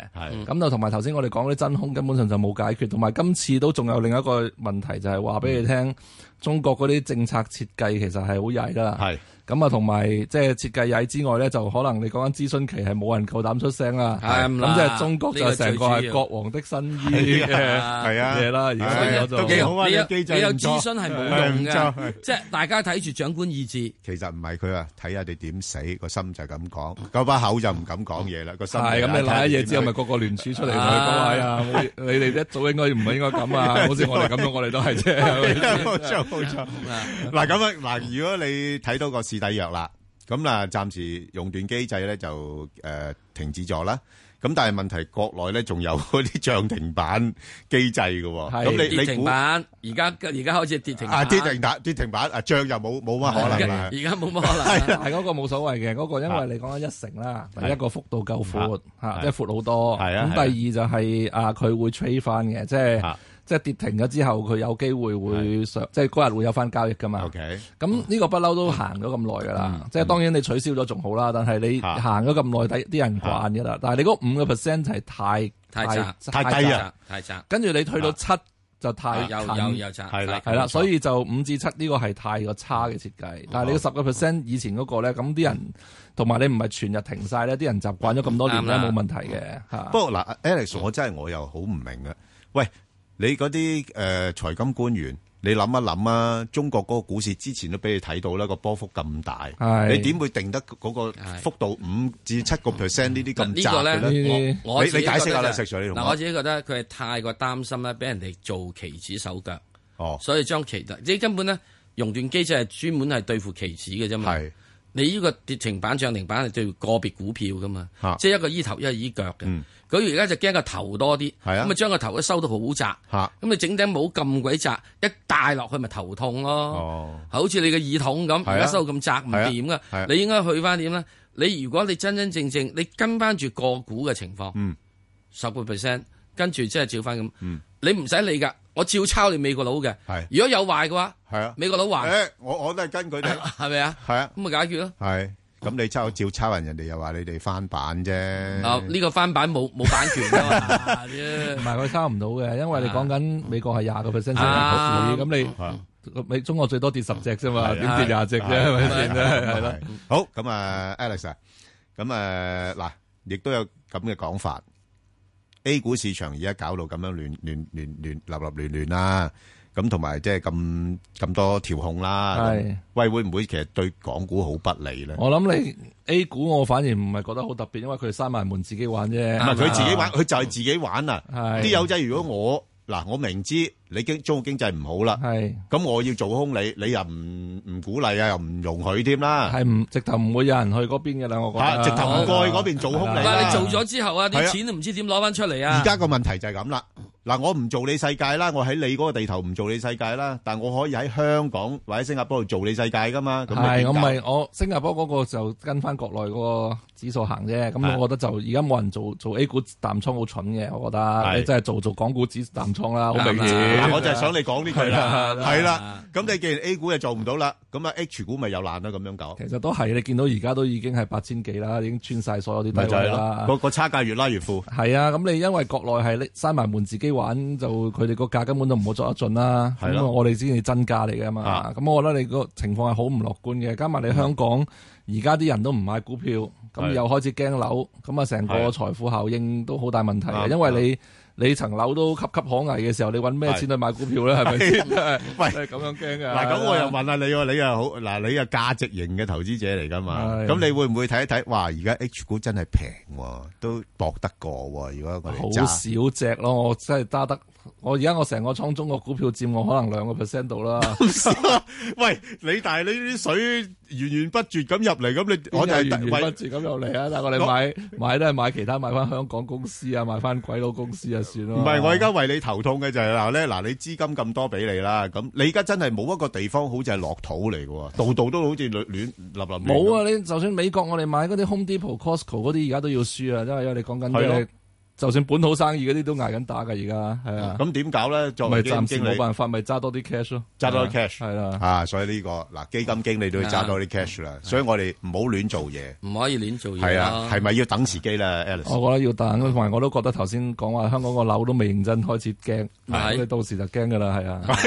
咁就同埋頭先我哋講嗰啲真空根本上就冇解決，同埋今次都仲有另一個問題就係話俾你聽，中國嗰啲政策設計其實係好曳噶啦，咁啊同埋即係設計曳之外咧，就可能你講緊諮詢期係冇人夠膽出聲啦，
係咁啦
咁即係中國
呢個
就
最
成個
主
係
要
國王的新衣嘅
(laughs)
係啊
嘢啦，而家
係啊
變咗就
都幾好啊
你有
呢個機制
你有
唔錯
諮詢係
係
冇
唔
用
錯係
嘅，即係大家睇住長官意志。
其實唔係佢啊，睇下你點死，個心就係咁講，嗰把口就唔敢講嘢啦，個心
係咁，你賴一嘢之後，咪
個
個個聯署出嚟同佢講哎呀，冇你哋一早應該唔係應該咁啊，好似我哋咁樣，我哋都
(laughs)
係啫。
冇錯
(laughs)
冇錯。嗱咁啊，嗱，如果你睇到個市底弱啦，咁嗱，暫時熔斷機制咧就誒停止咗啦。咁但係問題國內咧仲有 (laughs) 嗰啲漲停板機制嘅喎，咁你
跌
你
停
估
板，而家而家開始跌停
啊
板，
跌停板跌停板啊漲又冇冇乜可能啦
而。家冇乜可能啦。
(laughs) 係嗰個冇所謂嘅，嗰個因為你講緊一成啦，第一個幅度夠闊嚇，即係闊好多。
係啊
咁
係啊
第二就係啊，佢會 trade 翻嘅，即係即係跌停咗之後，佢有機會會上，即係嗰日會有翻交易噶嘛。
OK，
咁呢個不嬲都行咗咁耐噶啦。即係當然你取消咗仲好啦，但係你行咗咁耐，啲啲人慣噶啦。但係你嗰五個 percent 係太
太窄，窄，太窄。
跟住你退到七就太
又
近
又又窄，係啦
係啦，所以就五至七呢個係太過差嘅設
哦
計。但係你十個 percent 以前嗰個咧，咁啲人同埋你唔係全日停晒咧，啲人習慣咗咁多年咧，
啱啦哦嗯
冇問題嘅嚇。
不過嗱，Alex，我真係我又好唔明啊！喂，你嗰啲誒財金官員，你諗一諗啊，中國嗰個股市之前都俾你睇到啦，個波幅咁大，
係
你點會定得嗰個幅度五至七個 percent 呢啲咁
嗯呢
窄嘅
個咧，我我
你
自己
你解釋
覺
下
得
啦，
就係
石 Sir，你同
嗱，我
我
自己覺得佢係太過擔心咧，俾人哋做棋子手腳。
哦，
所以將期即係根本咧，熔斷機制係專門係對付棋子嘅啫嘛。
係
你呢個跌停板、漲停板係對付個別股票噶嘛
嚇，嗯
即係一個依頭一個依腳嘅。佢而家就驚個頭多啲，
係啊
咁啊將個頭一收到好窄，
嚇
咁你整頂帽咁鬼窄，一戴落去咪頭痛咯。好似你個耳筒咁，
哦係啊
而家收咁窄唔
係啊
掂
係啊
噶，你應該去翻點咧？你如果你真真正正你跟翻住個股嘅情況，
嗯，
十個 percent，跟住即係照翻咁，你唔使理噶，我照抄你美國佬嘅。如果有壞嘅話，
係啊，
美國佬壞，
誒，我我都係跟佢哋，
(laughs) 係咪啊？
係啊，
咁咪解決咯。
係咁你抄照抄人，人哋又話你哋翻版啫。
啊，呢個翻版冇冇版權
(laughs)
㗎嘛？
唔係佢差唔到嘅，因為
啊
你講緊美國係廿個 percent
啊
咁你美中國最多跌十隻啫嘛，
啊係啊
點跌廿隻啫，
係啊
係咪先
係
係啦
係。好咁啊，Alex 啊，咁啊嗱，亦都有咁嘅講法。A 股市場而家搞到咁樣亂亂亂亂立立亂亂啦，咁同埋即係咁咁多調控啦。
係
咁喂，會唔會其實對港股好不利咧？
我諗你 A 股我反而唔係覺得好特別，因為佢閂埋門自己玩啫。
唔係佢自己玩，佢就係自己玩啊！
係
啲友仔，如果我嗱，我明知你經中國經濟唔好啦，咁我要做空你，你又唔唔鼓勵啊，又唔容許添啦。
係唔直頭唔會有人去嗰邊嘅啦，我覺
啊
得。
直頭唔過去嗰邊做空你
嗱，
啦
你做咗之後啊，
係
啲
啊
錢都唔知點攞翻出嚟啊！
而家個問題就係咁啦，嗱，我唔做你世界啦，我喺你嗰個地頭唔做你世界啦，但我可以喺香港或者新加坡度做你世界噶嘛。咁
係，
點
我
搞
咪我新加坡嗰個就跟翻國內嗰個指數行啫。咁我覺得就而家冇人做做 A 股淡倉好蠢嘅，我覺得你真係做做港股指淡倉啦，好明顯。
嗱我就係想你講呢句
係
啦，
啦
係啦。咁你既然 A 股又做唔到啦，咁啊 H 股咪又難啦，咁樣搞。
其實都係你見到而家都已經係八千幾啦，已經穿晒所有啲
咪
低
就
位
係咯，
啦。
個個差價越拉越闊。
係啊，咁你因為國內係閂埋門自己玩，就佢哋個價根本就唔好作得盡啦。
係啦
咁我哋先係真價嚟噶嘛
啊。嗯
咁我覺得你個情況係好唔樂觀嘅，加埋你香港而家啲人都唔買股票，咁
係
又開始驚樓，咁啊成個
係啊
財富效應都好大問題嘅，
啱
因為你你層樓都岌岌可危嘅時候，你揾咩錢去買 (laughs) 股票咧？係咪
(laughs)
先？ (laughs)
喂，
咁樣驚㗎
(laughs) 嗱，咁我又問下你喎，你又好，嗱，你又價值型嘅投資者嚟噶嘛？
係
咁你會唔會睇一睇？哇，而家 H 股真係平喎，都搏得過喎。如果我
好
哋揸，
少隻咯，我真係揸得。我而家我成個倉中個股票佔我可能兩個 percent 度
(laughs)
啦。 (laughs)
喂，你但係你啲水源源不絕咁入嚟，咁你我就
係
係
源源
喂
不絕咁又嚟啊！但係我哋買買都係買其他，買翻香港公司啊，買翻鬼佬公司啊，算咯。
唔係，我而家為你頭痛嘅就係嗱咧，嗱你資金咁多俾你啦，咁你而家真係冇一個地方好似係落土嚟嘅喎，度度都好似亂亂立立亂
冇啊！你就算美國我哋買嗰啲 Home Depot、Costco 嗰啲，而家都要輸啊，因為因為你講緊
係
嘅
咯，
就算本土生意嗰啲都捱緊打㗎，而家係啊。
嗯咁點搞咧？作
咪
為基金
暫時
經
冇
理，
辦法，咪揸多啲 cash 咯，
揸多
係啊
啲 cash
係啦。
啊，所以呢個嗱基金經理都要揸多啲 cash 啦，所以我哋唔好亂做嘢，
唔可以亂做嘢
係啊
啦，
係咪要等時機啦，Alice？
我覺得要等，同埋我都覺得頭先講話香港個樓都未認真開始驚，
(laughs)
係
咁你到時就驚㗎啦，係啊。